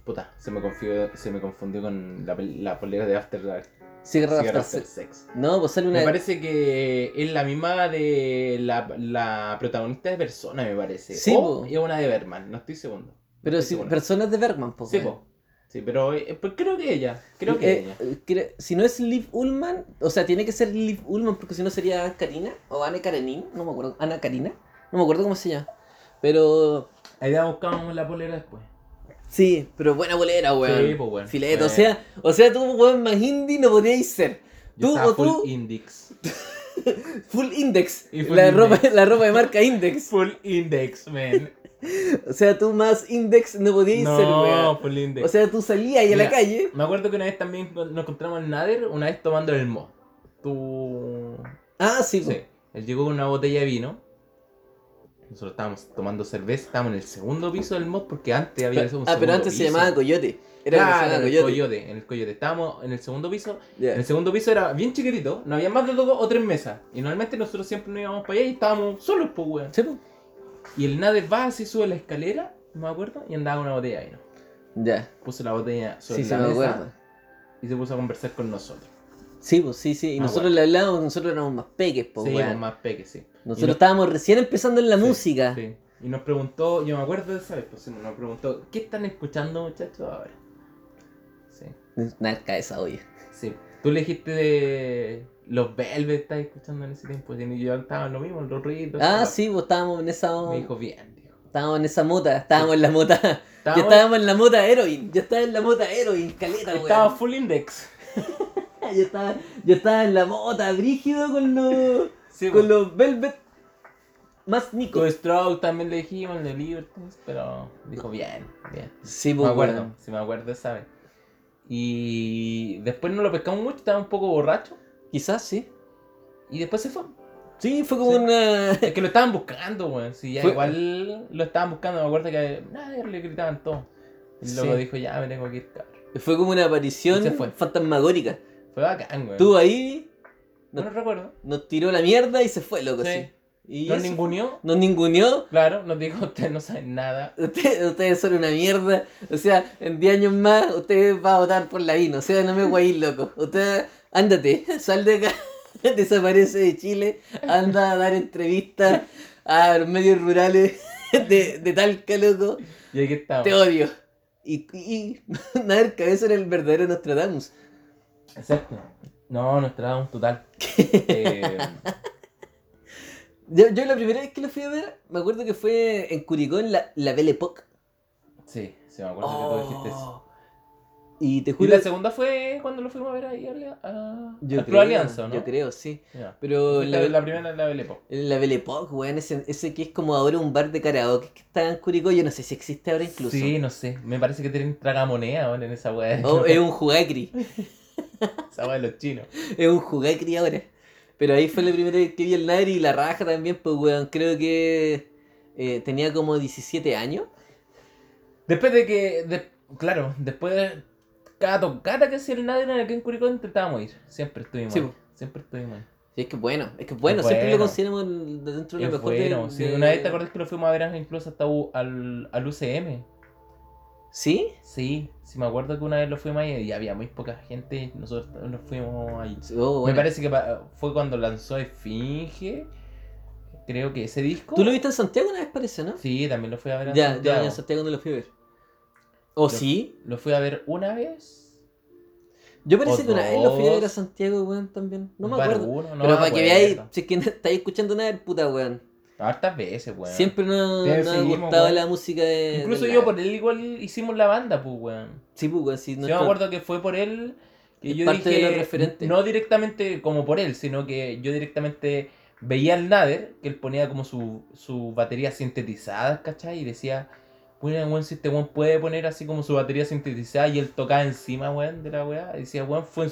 Speaker 2: puta, se me, confió, se me confundió con la, pel- la polera de After Dark.
Speaker 1: Cigarra
Speaker 2: Cigarro
Speaker 1: After
Speaker 2: After
Speaker 1: Sex.
Speaker 2: Sex.
Speaker 1: No, pues sale una.
Speaker 2: Me parece que es la misma de la, la protagonista de Persona, me parece.
Speaker 1: Sí,
Speaker 2: o
Speaker 1: po.
Speaker 2: es una de Berman, no estoy seguro. No
Speaker 1: Pero
Speaker 2: estoy
Speaker 1: sí,
Speaker 2: seguro.
Speaker 1: personas de Bergman, pues.
Speaker 2: Sí,
Speaker 1: weón.
Speaker 2: po. Sí, pero eh, pues creo que ella. Creo que
Speaker 1: Eh,
Speaker 2: ella.
Speaker 1: eh, cre- si no es Liv Ullman, o sea, tiene que ser Liv Ullman porque si no sería Karina o Ana Karenin, no me acuerdo, Ana Karina, no me acuerdo cómo se llama. Pero
Speaker 2: Ahí la buscábamos la polera después.
Speaker 1: sí, pero buena bolera, weón.
Speaker 2: Sí, pues, weón.
Speaker 1: Filete, o
Speaker 2: Eh,
Speaker 1: sea, o sea, tú, weón, más indie no podíais ser.
Speaker 2: yo
Speaker 1: tú
Speaker 2: estaba
Speaker 1: o tú-
Speaker 2: Full Index.
Speaker 1: Full Index,
Speaker 2: Y full
Speaker 1: la
Speaker 2: index.
Speaker 1: ropa la ropa de marca Index.
Speaker 2: Full Index, man.
Speaker 1: O sea, tú más Index no podíais ser,
Speaker 2: no,
Speaker 1: weón.
Speaker 2: Full Index.
Speaker 1: O sea, tú salías ahí a la
Speaker 2: Mira.
Speaker 1: calle.
Speaker 2: Me acuerdo que una vez también nos encontramos en Nader, una vez tomando el mo. Tú.
Speaker 1: Ah, sí, po.
Speaker 2: Sí. Él llegó con una botella de vino. Nosotros estábamos tomando cerveza, estábamos en el segundo piso del mod porque antes había un
Speaker 1: Pero-
Speaker 2: segundo
Speaker 1: ah, pero antes se
Speaker 2: piso.
Speaker 1: llamaba Coyote. Era como se
Speaker 2: Claro,
Speaker 1: llamaba
Speaker 2: en el
Speaker 1: Coyote.
Speaker 2: coyote, en el coyote. Estábamos en el segundo piso.
Speaker 1: Ya.
Speaker 2: En el segundo piso era bien chiquitito, no había más de dos o tres mesas. Y normalmente nosotros siempre nos íbamos para allá y estábamos solos, pues, weón.
Speaker 1: Sí, po.
Speaker 2: Y el Nades va así, sube la escalera, no me acuerdo, y andaba con una botella de vino.
Speaker 1: Ya.
Speaker 2: Puso la botella sobre
Speaker 1: Sí, se
Speaker 2: la
Speaker 1: me
Speaker 2: mesa
Speaker 1: acuerda.
Speaker 2: y se puso a conversar con nosotros.
Speaker 1: Sí, pues sí, sí. Y
Speaker 2: Ah,
Speaker 1: nosotros
Speaker 2: bueno.
Speaker 1: le hablábamos, nosotros éramos más peques, pues,
Speaker 2: sí,
Speaker 1: weón.
Speaker 2: pues, más peque, sí.
Speaker 1: Nosotros
Speaker 2: no-
Speaker 1: estábamos recién empezando en la
Speaker 2: Sí,
Speaker 1: música.
Speaker 2: Sí. Y nos preguntó, yo me acuerdo de esa vez, pues, nos preguntó, ¿qué están escuchando, muchachos, ahora? Sí.
Speaker 1: Narca esa olla.
Speaker 2: Sí. Tú le dijiste de los Velvet, estás escuchando en ese tiempo. Y yo estaba en lo mismo, en los ruidos.
Speaker 1: Ah, sí, pues estábamos en esa.
Speaker 2: Me dijo bien, dijo.
Speaker 1: Estábamos en esa mota, estábamos en la mota.
Speaker 2: Estaba,
Speaker 1: Ya estábamos en la mota heroin. Yo estaba en la mota heroin, caleta,
Speaker 2: estaba
Speaker 1: weón.
Speaker 2: full index.
Speaker 1: Yo estaba, yo estaba en la mota, brígido con los.
Speaker 2: Sí,
Speaker 1: con
Speaker 2: pues. con,
Speaker 1: los Velvet. Más Nico.
Speaker 2: con Stroke también le dijimos, de Libertines, pero dijo bien, bien.
Speaker 1: Sí,
Speaker 2: Me
Speaker 1: pues,
Speaker 2: acuerdo,
Speaker 1: weón.
Speaker 2: si me acuerdo, ¿sabes? Y después no lo pescamos mucho, estaba un poco borracho.
Speaker 1: Quizás sí.
Speaker 2: Y después se fue.
Speaker 1: Sí, fue como
Speaker 2: Sí.
Speaker 1: una.
Speaker 2: Es que lo estaban buscando, weón. Sí, ya
Speaker 1: Fue-
Speaker 2: igual lo estaban buscando. Me acuerdo que nadie le gritaban todo. Y luego
Speaker 1: Sí.
Speaker 2: dijo, ya me tengo que ir, cabrón.
Speaker 1: Fue como una aparición
Speaker 2: Se fue.
Speaker 1: fantasmagórica.
Speaker 2: Fue bacán, weón.
Speaker 1: Estuvo ahí,
Speaker 2: No, lo recuerdo.
Speaker 1: nos tiró la mierda y se fue, loco.
Speaker 2: Sí.
Speaker 1: Sí. Y
Speaker 2: Nos
Speaker 1: eso.
Speaker 2: ninguneó.
Speaker 1: Nos ninguneó.
Speaker 2: Claro, nos dijo, ustedes no saben nada.
Speaker 1: Ustedes, ustedes son una mierda. O sea, en 10 años más ustedes van a votar por la vino. O sea, no me guayís, loco. Usted, ándate, sal de acá. Desaparece de Chile. Anda a dar entrevistas a los medios rurales de, de Talca, loco.
Speaker 2: Y aquí estamos.
Speaker 1: Te odio. Y, y, y Nader Cabeza era el verdadero Nostradamus.
Speaker 2: Exacto. No, nos trabamos total. Eh,
Speaker 1: Yo, yo la primera vez que lo fui a ver, me acuerdo que fue en Curicó, en la, la Belle Époque. Oh.
Speaker 2: sí, sí, me acuerdo que tú dijiste eso.
Speaker 1: Y te
Speaker 2: Y
Speaker 1: juro.
Speaker 2: la segunda fue cuando lo fuimos a ver ahí a, a,
Speaker 1: yo
Speaker 2: al Pro
Speaker 1: creo-
Speaker 2: Alianza, ¿no?
Speaker 1: Yo creo, sí.
Speaker 2: Ya.
Speaker 1: Pero
Speaker 2: Fuiste a
Speaker 1: la,
Speaker 2: ver la, primera es la Belepo.
Speaker 1: la Belepoc, weón, ese, ese que es como ahora un bar de karaoke que está en Curicó, yo no sé si existe ahora incluso.
Speaker 2: Sí, no sé. Me parece que tienen tragamoneda weón, en esa weá.
Speaker 1: O Oh, es un jugacri,
Speaker 2: Esa weá de los chinos.
Speaker 1: es un jugacri ahora. Pero ahí fue la primera vez que vi el Ladri y la raja también, pues weón, creo que eh, tenía como 17 años.
Speaker 2: Después de que. de- claro, después de cada tocata que hacía el Nader en el que en Curicó intentábamos ir. Siempre estuvimos
Speaker 1: Sí,
Speaker 2: ahí.
Speaker 1: po.
Speaker 2: Siempre estuvimos ahí.
Speaker 1: Y es que es bueno, es que es bueno,
Speaker 2: Es
Speaker 1: siempre lo
Speaker 2: bueno.
Speaker 1: consideramos el- dentro de
Speaker 2: Es
Speaker 1: lo mejor de-
Speaker 2: bueno, sí,
Speaker 1: de-
Speaker 2: una vez te acordás que lo fuimos a ver incluso hasta U- al, al UCM.
Speaker 1: ¿Sí?
Speaker 2: Sí, sí me acuerdo que una vez lo fuimos ahí y había muy poca gente, nosotros nos fuimos ahí.
Speaker 1: Oh,
Speaker 2: Me
Speaker 1: bueno.
Speaker 2: parece que pa- fue cuando lanzó Esfinge, creo que ese disco.
Speaker 1: ¿Tú lo viste en Santiago una vez parece, no?
Speaker 2: Sí, también lo fui a ver en
Speaker 1: ya,
Speaker 2: Santiago.
Speaker 1: ya, en Santiago no lo fui a ver. ¿O
Speaker 2: Yo-
Speaker 1: sí?
Speaker 2: Lo fui a ver una vez.
Speaker 1: Yo parece que una vez lo fui a ver a
Speaker 2: dos.
Speaker 1: Santiago, weón, también. No me
Speaker 2: un par
Speaker 1: acuerdo.
Speaker 2: uno, no
Speaker 1: Pero
Speaker 2: me
Speaker 1: para que
Speaker 2: acuerdo.
Speaker 1: veáis, si es que no estáis escuchando nada del puta, weón.
Speaker 2: Hartas veces, weón.
Speaker 1: Siempre nos
Speaker 2: Te
Speaker 1: no ha
Speaker 2: seguimos,
Speaker 1: gustado
Speaker 2: weón.
Speaker 1: la música de.
Speaker 2: Incluso
Speaker 1: de
Speaker 2: yo
Speaker 1: la-
Speaker 2: por él igual hicimos la banda, pues, weón.
Speaker 1: Sí, pues, weón, sí,
Speaker 2: Sí,
Speaker 1: nuestro-
Speaker 2: me acuerdo que fue por él que
Speaker 1: Es
Speaker 2: yo
Speaker 1: parte de
Speaker 2: dije,
Speaker 1: los referentes.
Speaker 2: no directamente como por él, sino que yo directamente veía al Nader, que él ponía como su, su batería sintetizadas, ¿cachai? Y decía, bueno, weón, si este weón puede poner así como su batería sintetizada y él tocaba encima, weón, de la weá. Y decía, weón, fun-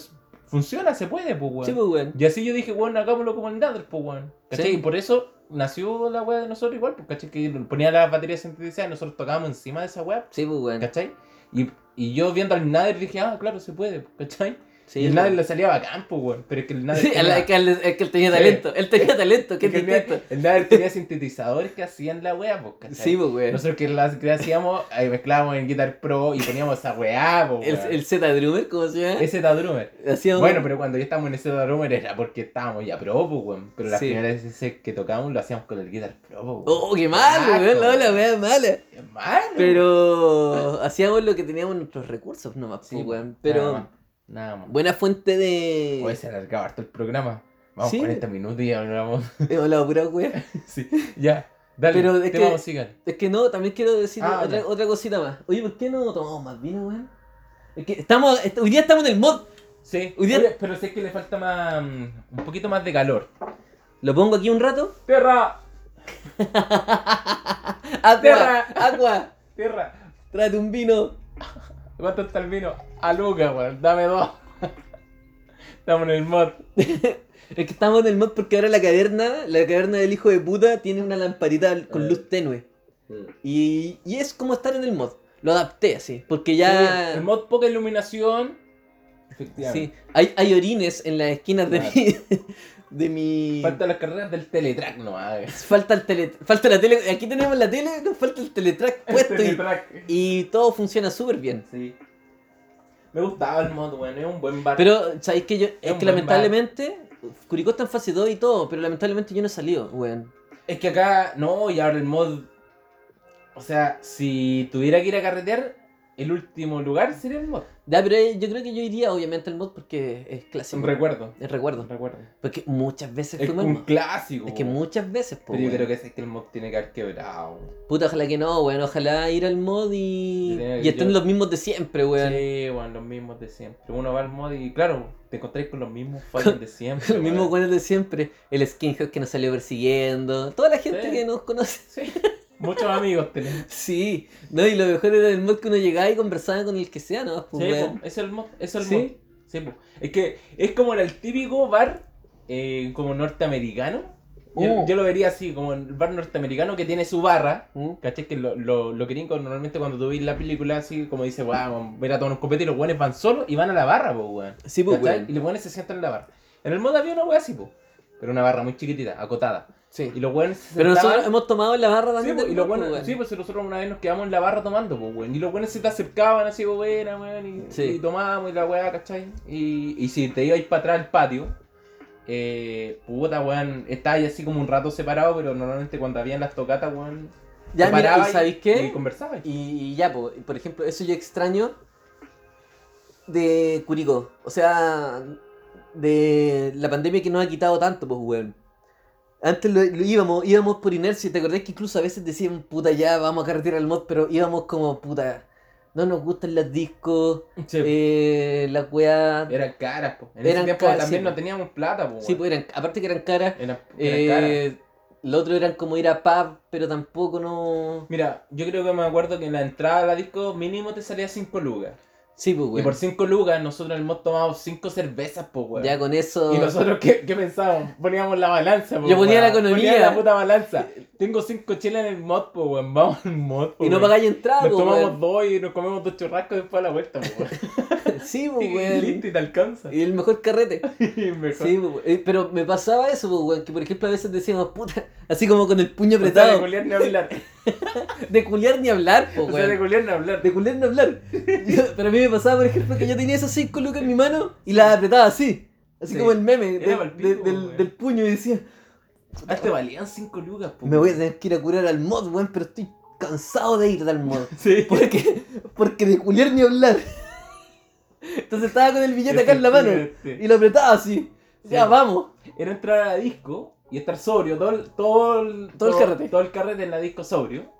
Speaker 2: funciona, se puede, pues, weón.
Speaker 1: Sí, pues, weón.
Speaker 2: Y así yo dije, bueno, hagámoslo como el Nader, pues, weón. ¿Cachai?
Speaker 1: Sí.
Speaker 2: Y por eso nació la weá de nosotros igual, pues, ¿cachai? Que ponía la batería sintetizada y nosotros tocábamos encima de esa weá,
Speaker 1: Sí, pues, weón.
Speaker 2: ¿Cachai? Y, y yo viendo al Nader dije, ah, claro, se puede, ¿cachai?
Speaker 1: Sí,
Speaker 2: y el
Speaker 1: weón.
Speaker 2: Nader le salía bacán, pues, weón. Pero es que el Nader.
Speaker 1: Sí,
Speaker 2: tenía,
Speaker 1: a la- que él, es que él tenía
Speaker 2: Sí.
Speaker 1: talento. Él tenía talento, que es
Speaker 2: que el Nader-
Speaker 1: distinto.
Speaker 2: el Nader tenía sintetizadores que hacían la wea, pues, ¿cachai?
Speaker 1: Sí, pues, weón.
Speaker 2: Nosotros que las que hacíamos, ahí mezclábamos en Guitar Pro y poníamos esa weá, pues,
Speaker 1: El,
Speaker 2: weón.
Speaker 1: el Z Drummer, ¿cómo se llama?
Speaker 2: Ese Tadrumer.
Speaker 1: Hacía un-
Speaker 2: Bueno, pero cuando ya estábamos en ese Tadrumer era porque estábamos ya pro, pues, weón. Pero las
Speaker 1: Sí.
Speaker 2: primeras veces que tocábamos lo hacíamos con el Guitar Pro, pues, weón.
Speaker 1: Oh, qué malo,
Speaker 2: Claro,
Speaker 1: weón. La ola,
Speaker 2: weón.
Speaker 1: weón, mala.
Speaker 2: Qué malo.
Speaker 1: Pero hacíamos lo que teníamos nuestros recursos nomás,
Speaker 2: Sí,
Speaker 1: pues, weón.
Speaker 2: Nada más. Pues.
Speaker 1: Pero
Speaker 2: Nada más.
Speaker 1: buena fuente de.
Speaker 2: Oye, se alargaba harto el programa. Vamos
Speaker 1: Sí.
Speaker 2: 40 minutos y hablamos.
Speaker 1: He hablado pura weón.
Speaker 2: sí, ya. Dale,
Speaker 1: Pero es
Speaker 2: te
Speaker 1: que-
Speaker 2: vamos a sigan.
Speaker 1: Es que no, también quiero decir
Speaker 2: Ah,
Speaker 1: otra,
Speaker 2: ya.
Speaker 1: otra cosita más. Oye, ¿por qué no tomamos más vino, weón? Es que estamos. est- Hoy día estamos en el mod.
Speaker 2: Sí,
Speaker 1: Hoy día-
Speaker 2: oye, pero sé que le falta más. mm, un poquito más de calor.
Speaker 1: Lo pongo aquí un rato.
Speaker 2: ¡Tierra!
Speaker 1: Agua,
Speaker 2: Tierra.
Speaker 1: agua,
Speaker 2: ¡Tierra!
Speaker 1: tráete un vino.
Speaker 2: ¿Cuánto está el vino? A Luca, weón. Dame dos. Estamos en el mod.
Speaker 1: Es que estamos en el mod porque ahora la caverna, la caverna del hijo de puta, tiene una lamparita con
Speaker 2: Eh.
Speaker 1: luz tenue. Mm. Y, y es como estar en el mod. Lo adapté así, porque ya.
Speaker 2: Sí, el mod poca iluminación.
Speaker 1: Sí,
Speaker 2: Efectivamente.
Speaker 1: hay, hay orines en las esquinas de
Speaker 2: Claro.
Speaker 1: mi. De mi... Falta...
Speaker 2: Faltan las carreras del Teletrack, eh. no mames.
Speaker 1: el tele... Falta la tele. Aquí tenemos la tele, nos falta el teletrack puesto y,
Speaker 2: Teletrack.
Speaker 1: y todo funciona súper bien.
Speaker 2: Sí. Me gustaba el mod, weón. Es un buen bar.
Speaker 1: Pero, ¿sabéis que yo? Es
Speaker 2: un
Speaker 1: que
Speaker 2: buen
Speaker 1: lamentablemente. Curicó está en fase 2 y todo, pero lamentablemente yo no he salido, weón.
Speaker 2: Es que acá, no, y ahora el mod. O sea, si tuviera que ir a carretear, el último lugar sería el mod.
Speaker 1: Ya, pero eh, yo creo que yo iría obviamente al mod porque es
Speaker 2: Es un
Speaker 1: clásico.
Speaker 2: recuerdo.
Speaker 1: pues. Es
Speaker 2: Un
Speaker 1: recuerdo.
Speaker 2: recuerdo.
Speaker 1: Porque muchas veces
Speaker 2: Es
Speaker 1: fuimos al
Speaker 2: un
Speaker 1: mod.
Speaker 2: clásico.
Speaker 1: Es que
Speaker 2: weón.
Speaker 1: muchas veces, po,
Speaker 2: Pero yo
Speaker 1: weón.
Speaker 2: creo que es que el mod tiene que haber quebrado. weón.
Speaker 1: Puta, ojalá que no, weón. Ojalá ir al mod y.
Speaker 2: Yo tenía-
Speaker 1: Y estén
Speaker 2: yo-
Speaker 1: los mismos de siempre, weón.
Speaker 2: Sí, weón, los mismos de siempre. Uno va al mod y, claro, te encontrás con los mismos fallos de siempre.
Speaker 1: Los mismos
Speaker 2: weón.
Speaker 1: buenos de siempre. El skinhead que nos salió persiguiendo. Toda la gente
Speaker 2: Sí.
Speaker 1: que nos conoce.
Speaker 2: Sí. Muchos amigos tenés.
Speaker 1: Sí. No, y lo mejor era el mod que uno llegaba y conversaba con el que sea, ¿no?
Speaker 2: Sí,
Speaker 1: Pues, weón.
Speaker 2: po, es el mod, es el
Speaker 1: ¿Sí?
Speaker 2: mod. Sí, po. Es que es como el típico bar eh, como norteamericano. Yo,
Speaker 1: Oh.
Speaker 2: yo lo vería así, como el bar norteamericano que tiene su barra.
Speaker 1: ¿Mm?
Speaker 2: ¿Cachai? Que lo, lo, lo gringos normalmente cuando tú ves la película así, como dice, wow, ver a tomar un copete y los weones van solos y van a la barra, po, weón.
Speaker 1: Sí, pues,
Speaker 2: ¿Cachai? Y
Speaker 1: weón.
Speaker 2: los weones se sientan en la barra. En el mod había una wea así, po. Pero una barra muy chiquitita, acotada.
Speaker 1: Sí.
Speaker 2: Y los weones se
Speaker 1: Pero
Speaker 2: sentaban-
Speaker 1: nosotros hemos tomado la barra
Speaker 2: Sí,
Speaker 1: también.
Speaker 2: po,
Speaker 1: del
Speaker 2: y los
Speaker 1: mod, pues,
Speaker 2: buenos,
Speaker 1: weón.
Speaker 2: sí, pues si nosotros una vez nos quedamos en la barra tomando, pues, weón. Y los buenos se te acercaban así, pues, buena, weón. Y,
Speaker 1: Sí.
Speaker 2: y tomábamos y la weá, ¿cachai? Y, y si te ibas para atrás al patio, eh, puta, weón, estabas así como un rato separado, pero normalmente cuando habían las tocatas, weón,
Speaker 1: Ya,
Speaker 2: te
Speaker 1: mira,
Speaker 2: parabas
Speaker 1: ¿y sabéis qué?
Speaker 2: Y conversabas.
Speaker 1: Y, y ya, po, por ejemplo, eso yo extraño de Curicó. O sea, de la pandemia que nos ha quitado tanto, pues, weón. Antes lo, lo íbamos, íbamos por inercia, ¿te acordás que incluso a veces decían, puta, ya vamos a carretera al mod, pero íbamos como, puta, no nos gustan las discos,
Speaker 2: Sí,
Speaker 1: eh, las weas.
Speaker 2: Eran caras, po. En
Speaker 1: eran
Speaker 2: ese tiempo
Speaker 1: caras,
Speaker 2: también
Speaker 1: sí,
Speaker 2: no
Speaker 1: po.
Speaker 2: teníamos plata, po.
Speaker 1: Sí,
Speaker 2: weón.
Speaker 1: pues eran, aparte que eran caras.
Speaker 2: Eran, eran caras.
Speaker 1: eh, lo otro eran como ir a pub, pero tampoco no.
Speaker 2: Mira, yo creo que me acuerdo que en la entrada a la disco mínimo te salía 5 lucas.
Speaker 1: Sí, pues,
Speaker 2: Y
Speaker 1: weón.
Speaker 2: por 5 lucas nosotros hemos tomado 5 cervezas, po, weón.
Speaker 1: Ya con eso.
Speaker 2: Y nosotros, ¿qué, qué pensábamos? Poníamos la balanza, po,
Speaker 1: Yo ponía
Speaker 2: weón.
Speaker 1: la economía.
Speaker 2: Ponía la puta balanza. Tengo 5 chelas en el mod, po, weón. Vamos al mod, po,
Speaker 1: y no
Speaker 2: weón.
Speaker 1: pagáis entrada,
Speaker 2: Nos
Speaker 1: pues,
Speaker 2: tomamos
Speaker 1: weón.
Speaker 2: dos y nos comemos dos churrascos después a la vuelta, po, weón.
Speaker 1: Sí, pues,
Speaker 2: Y
Speaker 1: weón.
Speaker 2: listo, y te alcanza.
Speaker 1: Y el mejor carrete.
Speaker 2: Y mejor.
Speaker 1: Sí, pues, eh, pero me pasaba eso, pues, weón, que por ejemplo a veces decíamos, puta, así como con el puño
Speaker 2: O sea, de
Speaker 1: apretado,
Speaker 2: culiar ni hablar.
Speaker 1: de culiar ni hablar, pues,
Speaker 2: O sea, de
Speaker 1: weón.
Speaker 2: culiar ni hablar.
Speaker 1: De culiar ni hablar. Yo- pero a mí me pasaba, por ejemplo, que yo tenía esas cinco lucas en mi mano y las apretaba así. Así
Speaker 2: Sí.
Speaker 1: como el meme de-
Speaker 2: Era pa'l pico,
Speaker 1: de- del,
Speaker 2: weón.
Speaker 1: del puño y decía,
Speaker 2: Ah, te valían 5 lucas, po.
Speaker 1: me voy a
Speaker 2: weón.
Speaker 1: tener que ir a curar al mod, weón, pero estoy cansado de ir al mod.
Speaker 2: Sí.
Speaker 1: Porque, porque de culiar ni hablar. Entonces estaba con el billete acá en la mano
Speaker 2: Efectivamente.
Speaker 1: y lo apretaba así. Ya,
Speaker 2: Sí.
Speaker 1: vamos.
Speaker 2: Este, Era entrar a la disco y estar sobrio, todo el, todo el,
Speaker 1: Todo el carrete.
Speaker 2: Todo el carrete en la disco sobrio.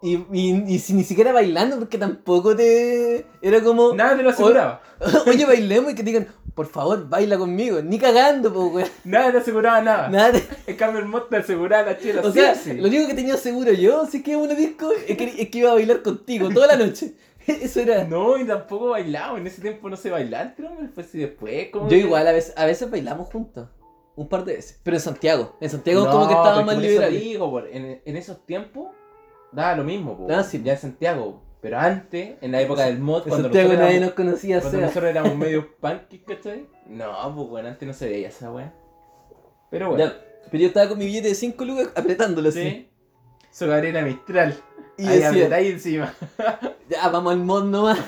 Speaker 1: Y, y, y si ni siquiera bailando, porque tampoco te. Era como,
Speaker 2: Nada te lo aseguraba.
Speaker 1: oye, bailemos y que te digan, por favor, baila conmigo. Ni cagando, po, weón.
Speaker 2: Nada te aseguraba nada.
Speaker 1: Nada de-
Speaker 2: En cambio, el mod te aseguraba la chela.
Speaker 1: O
Speaker 2: sí,
Speaker 1: sea,
Speaker 2: Ah, sí.
Speaker 1: lo único que tenía seguro yo, si es que iba a una disco, es que, es que iba a bailar contigo toda la noche. Eso era.
Speaker 2: No, y tampoco bailaba. En ese tiempo no sé bailar, creo. Fue así después. como
Speaker 1: Yo
Speaker 2: que-
Speaker 1: igual, a veces, a veces bailamos juntos. Un par de veces. Pero en Santiago. En Santiago
Speaker 2: No,
Speaker 1: como que estaba
Speaker 2: pero
Speaker 1: más
Speaker 2: por eso
Speaker 1: liberal.
Speaker 2: digo, por- en, en esos tiempos daba lo mismo, po.
Speaker 1: Ah, sí.
Speaker 2: ya en Santiago. Pero antes, en la época del mod,
Speaker 1: En
Speaker 2: cuando
Speaker 1: Santiago
Speaker 2: nosotros
Speaker 1: nadie
Speaker 2: éramos-
Speaker 1: nos conocía.
Speaker 2: Cuando
Speaker 1: o sea.
Speaker 2: nosotros éramos medio punky, ¿cachai? No, pues bueno, antes no se veía esa weá. Pero bueno,
Speaker 1: Ya, Pero yo estaba con mi billete de 5 lucas apretándolo así.
Speaker 2: sí. Su Gabriela Mistral.
Speaker 1: Y
Speaker 2: ahí
Speaker 1: decía,
Speaker 2: apretáis encima.
Speaker 1: ya, vamos al mod nomás.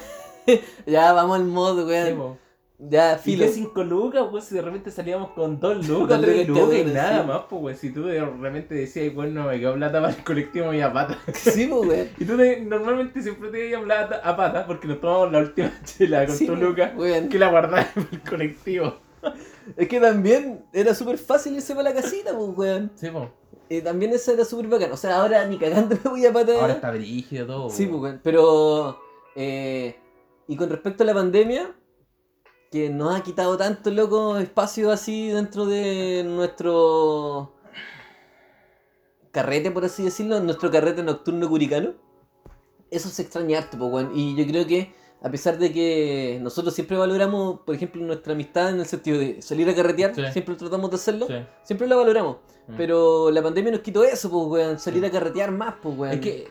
Speaker 1: ya, vamos al mod, weón.
Speaker 2: Sí, po.
Speaker 1: Ya,
Speaker 2: y
Speaker 1: filo.
Speaker 2: que 5 lucas, pues si de repente salíamos con 2 lucas,
Speaker 1: Dos
Speaker 2: 3
Speaker 1: lucas,
Speaker 2: lucas y
Speaker 1: sí.
Speaker 2: nada más, pues weón. Si tú de repente decías, bueno, me quedó plata para el colectivo, me iba a pata.
Speaker 1: Sí, pues, weón.
Speaker 2: Y tú te- normalmente siempre te ibas a plata a pata porque nos tomamos la última chela con
Speaker 1: Sí, pues.
Speaker 2: tu lucas.
Speaker 1: weón.
Speaker 2: Que la guardabas para el colectivo.
Speaker 1: Es que también era súper fácil irse para la casita, pues, weón.
Speaker 2: Sí, pues.
Speaker 1: Y también eso era súper bacán. O sea, ahora ni cagando me voy a patar.
Speaker 2: Ahora está brígido todo.
Speaker 1: Sí,
Speaker 2: po.
Speaker 1: pues, weón. Pero. eh, y con respecto a la pandemia, que nos ha quitado tanto, loco, espacio así dentro de nuestro. carrete, por así decirlo, nuestro carrete nocturno curicano. Eso se extraña harto, pues, weón. Y yo creo que. A pesar de que nosotros siempre valoramos, por ejemplo, nuestra amistad en el sentido de salir a carretear,
Speaker 2: Sí.
Speaker 1: siempre tratamos de hacerlo,
Speaker 2: Sí.
Speaker 1: siempre la valoramos.
Speaker 2: Mm.
Speaker 1: pues, Pero la pandemia nos quitó eso, pues, weón, salir
Speaker 2: Sí.
Speaker 1: a carretear más, pues, weón.
Speaker 2: Es que.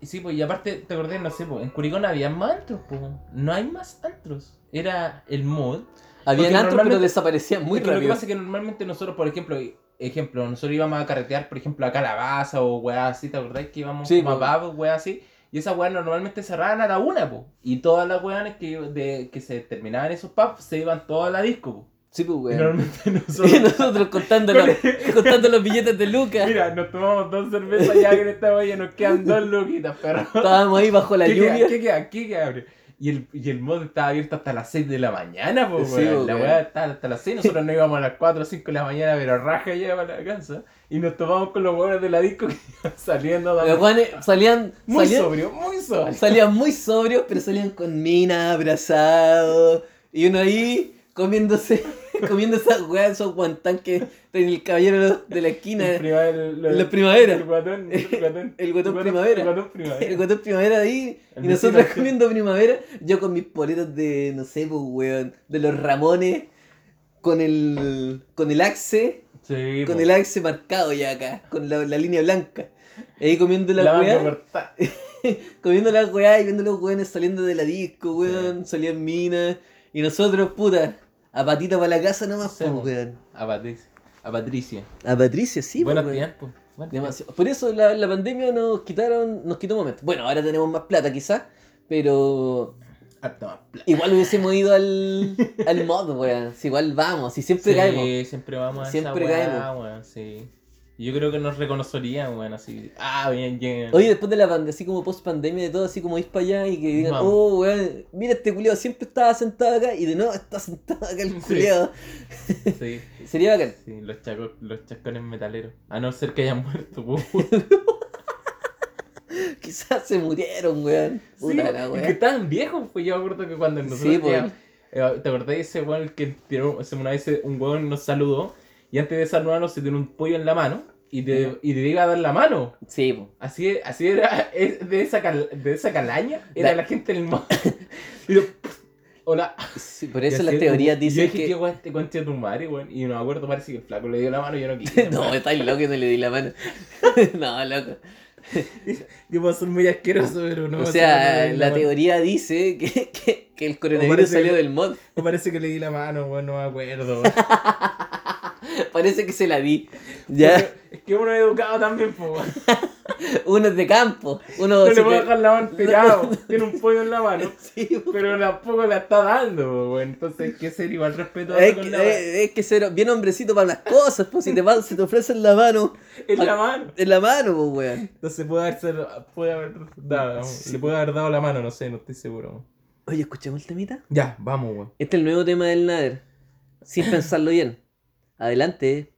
Speaker 2: y Sí, pues, y aparte, te acordé, no sé, pues, en Curicón había más antros, pues. No hay más antros. Era el mod.
Speaker 1: Habían
Speaker 2: Porque
Speaker 1: antros, pero
Speaker 2: normalmente-
Speaker 1: desaparecían muy
Speaker 2: Es que lo que
Speaker 1: rápido.
Speaker 2: pasa es que normalmente nosotros, por ejemplo, y- ejemplo, nosotros íbamos a carretear, por ejemplo, a Calabaza o weá así, ¿te acordás que íbamos
Speaker 1: Sí,
Speaker 2: como a
Speaker 1: pues.
Speaker 2: pub, weá así? Y esas weas normalmente cerraban a la una, po. Y todas las weones que, de- que se terminaban esos pubs se iban todas a la disco, po.
Speaker 1: Sí, pues,
Speaker 2: Y
Speaker 1: weón.
Speaker 2: normalmente
Speaker 1: Y
Speaker 2: nosotros.
Speaker 1: nosotros contando los, contando los billetes de Lucas.
Speaker 2: Mira, nos tomamos dos cervezas ya que en esta olla nos quedan dos luquitas, perro.
Speaker 1: Estábamos ahí bajo la
Speaker 2: ¿Qué
Speaker 1: lluvia.
Speaker 2: queda? ¿Qué queda? ¿Qué queda, bro? Y el, y el mod estaba abierto hasta las 6 de la mañana, pues,
Speaker 1: Sí,
Speaker 2: weón. La
Speaker 1: weón.
Speaker 2: weá estaba hasta las 6. Nosotros nos íbamos a las 4 o 5 de la mañana, pero raja ya para la casa. Y nos tomamos con los weones de la disco que iban saliendo. dando-
Speaker 1: Los weones salían,
Speaker 2: Muy
Speaker 1: salían,
Speaker 2: sobrio, muy sobrio.
Speaker 1: salían muy sobrios, pero salían con mina, abrazados. Y uno ahí comiéndose, comiendo esas weas, esos guantán que tiene el caballero de la esquina.
Speaker 2: El prima- el-
Speaker 1: En la
Speaker 2: El
Speaker 1: primavera.
Speaker 2: guatón, el guatón.
Speaker 1: El guatón
Speaker 2: el
Speaker 1: primavera.
Speaker 2: El guatón primavera.
Speaker 1: El guatón primavera ahí,
Speaker 2: El
Speaker 1: y nosotros
Speaker 2: vecino.
Speaker 1: comiendo primavera, yo con mis poletas de, no sé, pues, weón, de los Ramones, con el, con el axe,
Speaker 2: Sí,
Speaker 1: con
Speaker 2: po.
Speaker 1: el axe marcado ya acá, con la, la línea blanca. Y ahí comiendo la,
Speaker 2: La manga
Speaker 1: weá,
Speaker 2: cortada.
Speaker 1: comiendo la weá y viendo los weones saliendo de la disco, weón, salían minas, y nosotros, puta, a patita para la casa nomás,
Speaker 2: Sí,
Speaker 1: pues,
Speaker 2: po.
Speaker 1: weón.
Speaker 2: A Patricia. A Patricia.
Speaker 1: A Patricia, sí, pues,
Speaker 2: Buenos
Speaker 1: weón.
Speaker 2: tiempos. Buenos
Speaker 1: Demasiado. Por eso la, la pandemia nos quitaron, nos quitó momentos. Bueno, ahora tenemos más plata quizás, pero
Speaker 2: tiempos. Harto más plata.
Speaker 1: igual hubiésemos ido al, al mod, weón. Si igual vamos, si siempre
Speaker 2: Sí,
Speaker 1: caemos.
Speaker 2: siempre vamos a
Speaker 1: Siempre
Speaker 2: esa weá,
Speaker 1: caemos.
Speaker 2: weón, sí. Yo creo que nos reconocerían, weón, así. Ah, bien, bien.
Speaker 1: Oye, después de la pandemia, así como post pandemia de todo, así como ir para allá y que digan,
Speaker 2: Vamos.
Speaker 1: oh, weón, mira este culiado, siempre estaba sentado acá y de nuevo está sentado acá el
Speaker 2: Sí.
Speaker 1: culiado.
Speaker 2: Sí,
Speaker 1: Sería bacán.
Speaker 2: sí, los, chacos, los chascones metaleros. A no ser que hayan muerto, po.
Speaker 1: Qué quizás se murieron, weón. Puta
Speaker 2: Sí,
Speaker 1: la
Speaker 2: y
Speaker 1: weá.
Speaker 2: que estaban viejos, pues yo me acuerdo que cuando nosotros
Speaker 1: Sí, pues.
Speaker 2: llegamos- eh, ¿Te acordás de ese weón que tiró, o sea, una vez un weón nos saludó y antes de saludarnos se tiró un pollo en la mano y te, y te iba a dar la mano?
Speaker 1: Sí, po.
Speaker 2: Así, así era, es- de, esa cal- de esa calaña, era
Speaker 1: Da-
Speaker 2: la gente del mar. Y yo, hola.
Speaker 1: Sí, por eso
Speaker 2: Y
Speaker 1: las
Speaker 2: así,
Speaker 1: teorías
Speaker 2: y yo
Speaker 1: dicen
Speaker 2: dije, "¿Qué
Speaker 1: que.
Speaker 2: weón, este concha de tu madre, weón?" Y no me acuerdo, parece que el flaco le dio la mano y yo no quise.
Speaker 1: No, está loco, no le di la mano. no, loco.
Speaker 2: Yo puedo ser muy asqueroso, pero no.
Speaker 1: o
Speaker 2: me
Speaker 1: sea,
Speaker 2: acuerdo, no le di
Speaker 1: la
Speaker 2: mano.
Speaker 1: teoría dice que, que, que el coronavirus
Speaker 2: parece
Speaker 1: salió
Speaker 2: que-
Speaker 1: del mod.
Speaker 2: Me parece que le di la mano, weón, no me acuerdo. weón.
Speaker 1: Parece que se la di. Ya,
Speaker 2: Porque Es que uno es educado también, po, weón.
Speaker 1: uno es de campo. Uno
Speaker 2: No
Speaker 1: se
Speaker 2: le voy a
Speaker 1: te-
Speaker 2: dejar la mano pegado. Tiene un pollo en la mano.
Speaker 1: Sí, po.
Speaker 2: Pero tampoco la está dando, po, weón. Entonces hay que ser igual respetuoso
Speaker 1: es,
Speaker 2: con
Speaker 1: que,
Speaker 2: la mano.
Speaker 1: eh, es que ser bien hombrecito para las cosas, pues si te, pa- si te ofrecen la mano,
Speaker 2: En
Speaker 1: ah.
Speaker 2: la mano.
Speaker 1: en la mano, pues weón.
Speaker 2: Entonces puede haber, ser- puede haber dado,
Speaker 1: Sí.
Speaker 2: le puede haber dado la mano, no sé, no estoy seguro.
Speaker 1: Oye, escuchemos el temita.
Speaker 2: Ya, vamos, weón.
Speaker 1: Este es el nuevo tema del Nader. Sin pensarlo bien. Adelante.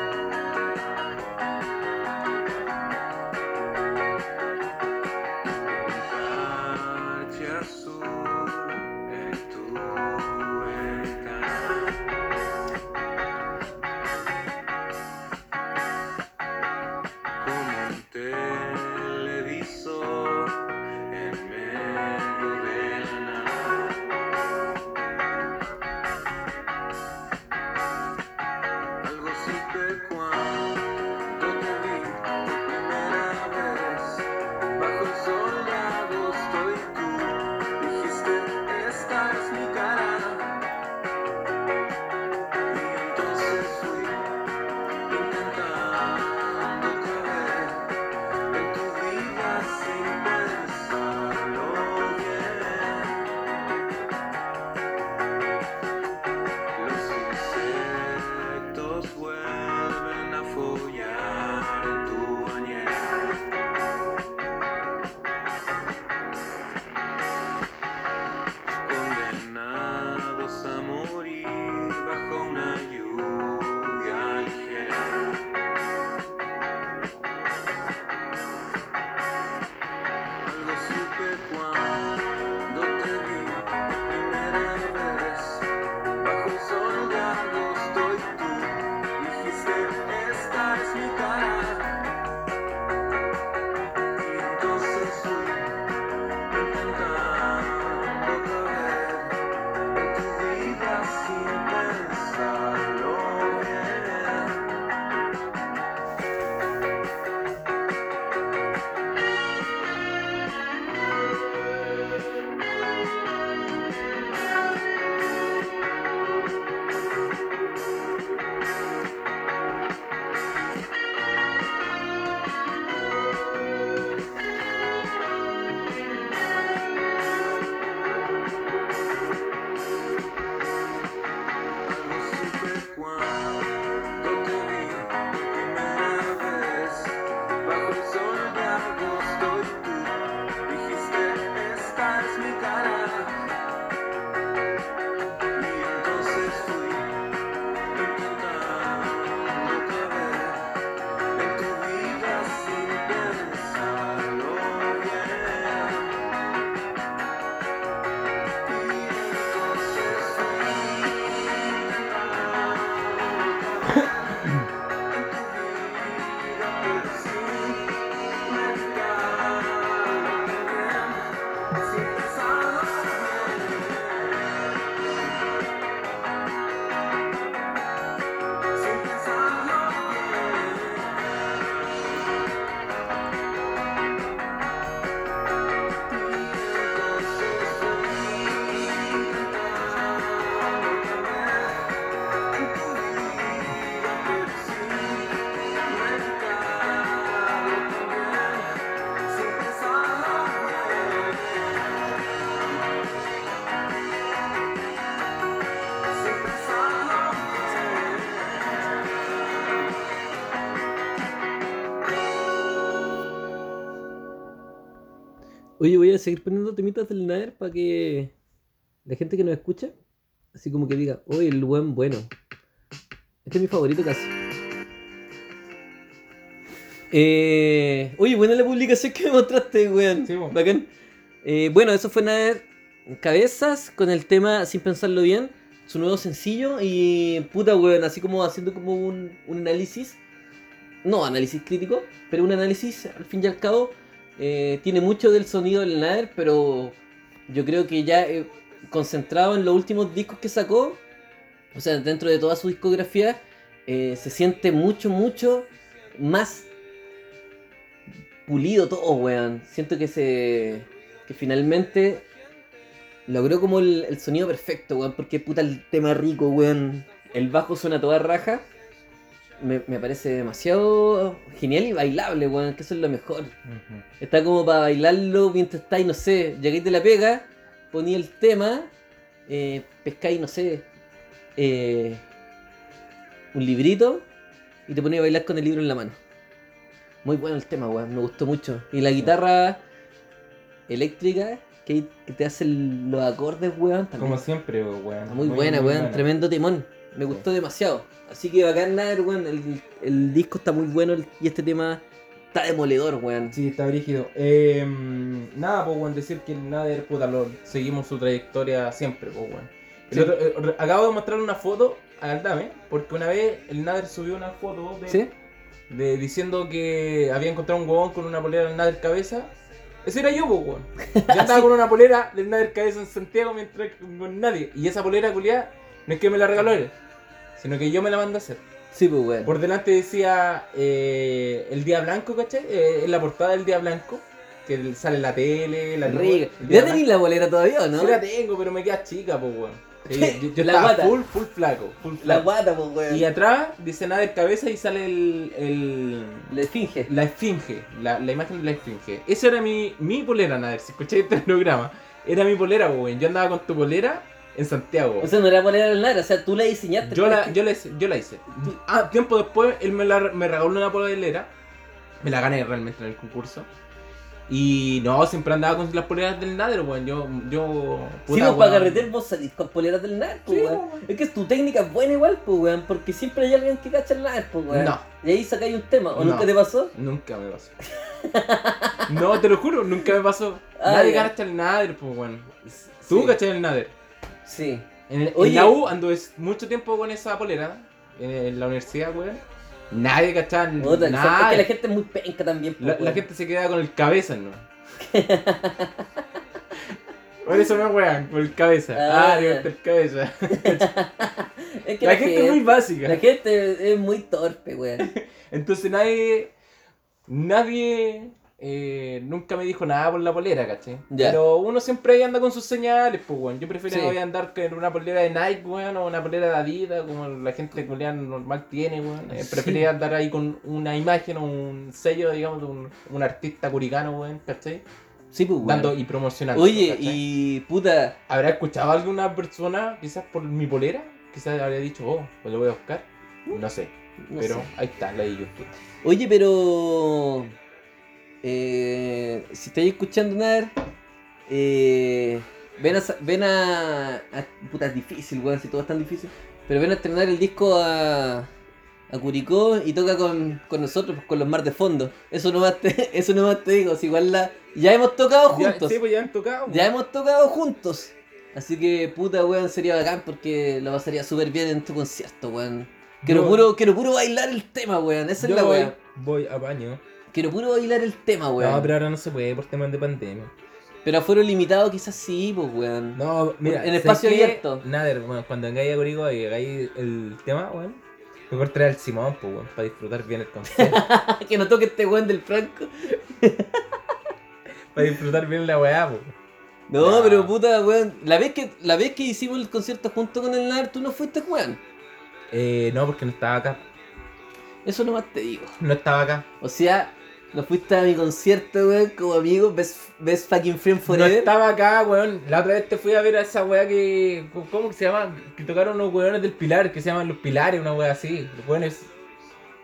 Speaker 3: marcha su
Speaker 1: Oye, voy a seguir poniendo temitas del Nader para que la gente que nos escucha, así como que diga, oye, el buen bueno. Este es mi favorito casi. Eh, oye, buena la publicación que me mostraste, weón.
Speaker 2: Sí, po.
Speaker 1: Bacán. Eh, bueno, eso fue Nader Cabezas con el tema Sin Pensarlo Bien, su nuevo sencillo y puta, weón, así como haciendo como un, un análisis. No análisis crítico, pero un análisis al fin y al cabo. eh, tiene mucho del sonido del Nader, pero yo creo que ya eh, concentrado en los últimos discos que sacó, o sea, dentro de toda su discografía, eh, se siente mucho, mucho más pulido todo, weón. Siento que se. que finalmente logró como el, el sonido perfecto, weón. Porque puta el tema rico, weón. El bajo suena a toda raja. Me, me parece demasiado genial y bailable, weón. Que eso es lo mejor.
Speaker 2: Ujú.
Speaker 1: Está como para bailarlo mientras estáis, no sé, llegáis de la pega, poní el tema, eh, pescáis, no sé, eh, un librito y te ponéis a bailar con el libro en la mano. Muy bueno el tema, weón, me gustó mucho. Y la guitarra eléctrica que, que te hace el- los acordes, weón, también.
Speaker 2: Como siempre, weón.
Speaker 1: Está muy, buena,
Speaker 2: muy
Speaker 1: weón, tremendo timón. Me gustó demasiado. Así que bacán, Nader, weón, el, el disco está muy bueno y este tema está demoledor, weón.
Speaker 2: Sí, está brígido. Eh, nada, pues, weón, decir que el Nader, puta, lo, seguimos su trayectoria siempre, pues, weón. El
Speaker 1: Sí.
Speaker 2: otro- eh, re- acabo de mostrar una foto al Dame, porque una vez el Nader subió una foto de,
Speaker 1: ¿Sí?
Speaker 2: de- diciendo que había encontrado un huevón con una polera del Nader Cabeza. Ese era yo, pues, weón. Yo estaba con una polera del Nader Cabeza en Santiago mientras que con nadie. Y esa polera, culiada, no es que me la regaló él, sino que yo me la mandé a hacer.
Speaker 1: Sí, pues, weón.
Speaker 2: Por delante decía eh, El Día Blanco, ¿cachai? Eh, en la portada del Día Blanco, que sale en la tele, la
Speaker 1: Rica.
Speaker 2: el Día
Speaker 1: Ya tenéis
Speaker 2: Blanco.
Speaker 1: la bolera todavía, ¿o ¿no?
Speaker 2: Sí la tengo, pero me queda chica, pues, weón. Sí, yo yo
Speaker 1: La
Speaker 2: estaba
Speaker 1: guata.
Speaker 2: full, full flaco, full
Speaker 1: La
Speaker 2: flaco.
Speaker 1: guata, pues, weón.
Speaker 2: y atrás dice nada de cabeza y sale el, el-
Speaker 1: La esfinge.
Speaker 2: la esfinge, la, la imagen de la esfinge. Esa era mi, mi polera, Nader, si escucháis este programa. Era mi polera, pues, weón. Yo andaba con tu polera en Santiago.
Speaker 1: O sea, no era bolera del nada, o sea, tú la diseñaste.
Speaker 2: Yo
Speaker 1: pero
Speaker 2: la,
Speaker 1: es que-
Speaker 2: yo, la hice, yo la hice. Ah, tiempo después él me, la- me regaló una polera. Me la gané realmente en el concurso. Y no, siempre andaba con las poleras del Nader, weón. Yo, yo.
Speaker 1: Sí,
Speaker 2: puta,
Speaker 1: pues, para
Speaker 2: weón.
Speaker 1: carreter vos salís con poleras del NAR, pues,
Speaker 2: Sí,
Speaker 1: weón.
Speaker 2: weón.
Speaker 1: Es que tu técnica es buena igual, pues, weón, porque siempre hay alguien que cacha el NAR, pues, weón.
Speaker 2: No.
Speaker 1: Y ahí sacáis un tema, ¿o
Speaker 2: No.
Speaker 1: nunca te pasó?
Speaker 2: Nunca me pasó. no, te lo juro, nunca me pasó.
Speaker 1: Ah,
Speaker 2: Nadie
Speaker 1: ya.
Speaker 2: cacha el Nader, pues, weón. Tú
Speaker 1: Sí.
Speaker 2: cachas el Nader.
Speaker 1: Sí.
Speaker 2: En, el-
Speaker 1: Oye.
Speaker 2: en la U anduve mucho tiempo con esa polera. En, en la universidad, weón. Nadie cachaba
Speaker 1: Puta, el- es
Speaker 2: nada.
Speaker 1: que la gente es muy penca también, pues,
Speaker 2: La, la
Speaker 1: weón.
Speaker 2: gente se queda con el cabeza, ¿no? Por eso me wean, por el cabeza.
Speaker 1: Ah,
Speaker 2: Ah, le
Speaker 1: ya.
Speaker 2: gusta el cabeza.
Speaker 1: Es que
Speaker 2: La gente es muy básica.
Speaker 1: la gente es muy torpe, weón.
Speaker 2: Entonces nadie. Nadie. eh, nunca me dijo nada por la polera, ¿caché?
Speaker 1: Ya.
Speaker 2: Pero uno siempre ahí anda con sus señales, pues, weón. Yo prefería
Speaker 1: Sí.
Speaker 2: voy a andar con una polera de Nike, weón, o una polera de Adidas, como la gente coreana normal tiene, weón. Eh,
Speaker 1: Sí.
Speaker 2: prefería andar ahí con una imagen o un sello, digamos, de un, un artista curicano, weón, ¿cachai?
Speaker 1: Sí, pues,
Speaker 2: Dando y promocionando.
Speaker 1: Oye,
Speaker 2: ¿cachai?
Speaker 1: y puta,
Speaker 2: ¿Habrá escuchado alguna persona, quizás por mi polera? Quizás habría dicho, oh, pues lo voy a buscar. Mm, No sé,
Speaker 1: no
Speaker 2: pero
Speaker 1: sé.
Speaker 2: ahí está, la de YouTube.
Speaker 1: Oye, pero. eh, si estáis escuchando nada, eh, ven a. sa- Ven a, a- puta, es difícil, weón, si todo es tan difícil. Pero ven a estrenar el disco a. A Curicó y toca con, con nosotros, pues, con los mar de fondo. Eso nomás te, eso nomás te digo, si igual la. Ya hemos tocado
Speaker 2: Ya,
Speaker 1: juntos.
Speaker 2: sí, pues ya han tocado.
Speaker 1: Ya hemos tocado juntos. Así que puta weón sería bacán porque la pasaría súper bien en tu concierto, weón. Quiero
Speaker 2: pues. Yo-
Speaker 1: puro, quiero puro bailar el tema, weón. Esa
Speaker 2: Yo
Speaker 1: es la
Speaker 2: voy,
Speaker 1: weón.
Speaker 2: voy a baño.
Speaker 1: Quiero puro bailar el tema, weón.
Speaker 2: No, pero
Speaker 1: pero...
Speaker 2: ahora no se puede por temas de pandemia.
Speaker 1: fueron limitados quizás sí, pues, weón.
Speaker 2: No, mira.
Speaker 1: En
Speaker 2: ¿sabes
Speaker 1: espacio
Speaker 2: qué?
Speaker 1: abierto.
Speaker 2: Nada, bueno, cuando vengáis a Corico y hagáis el tema, weón. Mejor traer al Simón, pues, weón, para disfrutar bien el concierto.
Speaker 1: que no toque este weón del Franco.
Speaker 2: para disfrutar bien la weá, pues.
Speaker 1: No,
Speaker 2: Ya.
Speaker 1: pero puta, weón. La vez que, la vez que hicimos el concierto junto con el NAR, tú no fuiste, weón.
Speaker 2: Eh, no, porque no estaba acá.
Speaker 1: Eso nomás te digo.
Speaker 2: No estaba acá.
Speaker 1: O sea, no fuiste a mi concierto, weón, como amigo, best, best fucking friend
Speaker 2: No
Speaker 1: forever.
Speaker 2: estaba acá, weón. La otra vez te fui a ver a esa weá que. ¿Cómo que se llama? Que tocaron unos weones del pilar, que se llaman los pilares, una weá así. Los weones.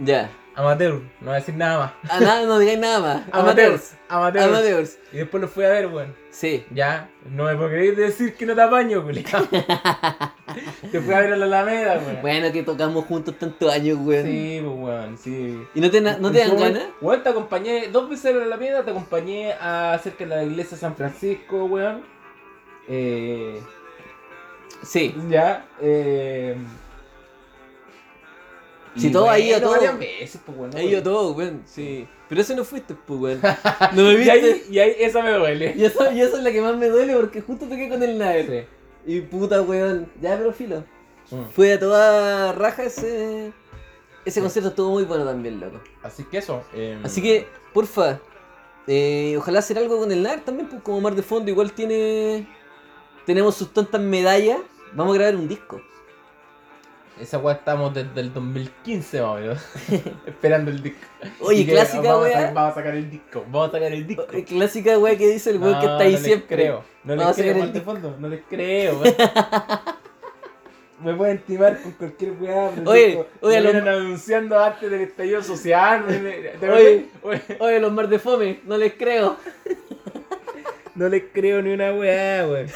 Speaker 1: Ya.
Speaker 2: Amateur, no voy a decir nada más.
Speaker 1: Ah, nada, no digáis nada más. Amateurs.
Speaker 2: Amateur.
Speaker 1: Amateurs.
Speaker 2: Y después lo fui a ver, weón.
Speaker 1: Sí.
Speaker 2: Ya, no me puedo creer decir que no te apaño, culiao. Te fui a ver a la Alameda, weón.
Speaker 1: Bueno, que tocamos juntos tantos años, weón.
Speaker 2: Sí, pues, weón, sí.
Speaker 1: ¿Y no te, na- no te
Speaker 2: En su
Speaker 1: dan
Speaker 2: momento-
Speaker 1: ganas?
Speaker 2: Weón, te acompañé dos veces a la Alameda, te acompañé a cerca de la iglesia de San Francisco, weón. Eh,
Speaker 1: Sí.
Speaker 2: ya, eh.
Speaker 1: Si
Speaker 2: y
Speaker 1: todo ha ido
Speaker 2: bueno,
Speaker 1: todo.
Speaker 2: varias veces, pues, weón.
Speaker 1: He ido todo, weón. Sí. Pero eso no fuiste, pues, weón. No me
Speaker 2: Y
Speaker 1: viste.
Speaker 2: ahí, y ahí, esa me duele.
Speaker 1: Y eso, y eso es la que más me duele porque justo toqué con el Nader. Y puta weón, ya pero filo.
Speaker 2: Mm.
Speaker 1: Fue a toda raja ese. Ese concierto estuvo muy bueno también, loco.
Speaker 2: Así que eso. em,
Speaker 1: Así que, porfa, eh, ojalá hacer algo con el NAR también, pues como Mar de Fondo igual tiene. Tenemos sus tantas medallas. Vamos a grabar un disco.
Speaker 2: Esa weá estamos desde el 2015, más o menos. Esperando el disco.
Speaker 1: Oye,
Speaker 2: Así que
Speaker 1: clásica
Speaker 2: vamos a, sac-
Speaker 1: weá.
Speaker 2: vamos a sacar el disco. Vamos a sacar el disco.
Speaker 1: Eh, Clásica weá que dice el weón que está ahí
Speaker 2: no les
Speaker 1: siempre.
Speaker 2: Creo. No
Speaker 1: Vamos
Speaker 2: les
Speaker 1: a sacar
Speaker 2: creo,
Speaker 1: el
Speaker 2: mal de
Speaker 1: disco.
Speaker 2: fondo. No les creo, weón. Me pueden timar con cualquier weá. pero
Speaker 1: Oye,
Speaker 2: digo,
Speaker 1: oye,
Speaker 2: me
Speaker 1: lo-
Speaker 2: vienen anunciando antes del estallido social. me- me- de
Speaker 1: Oye.
Speaker 2: verdad, oye,
Speaker 1: Oye, los Mar de Fome, no les creo.
Speaker 2: no les creo ni una weá, weón.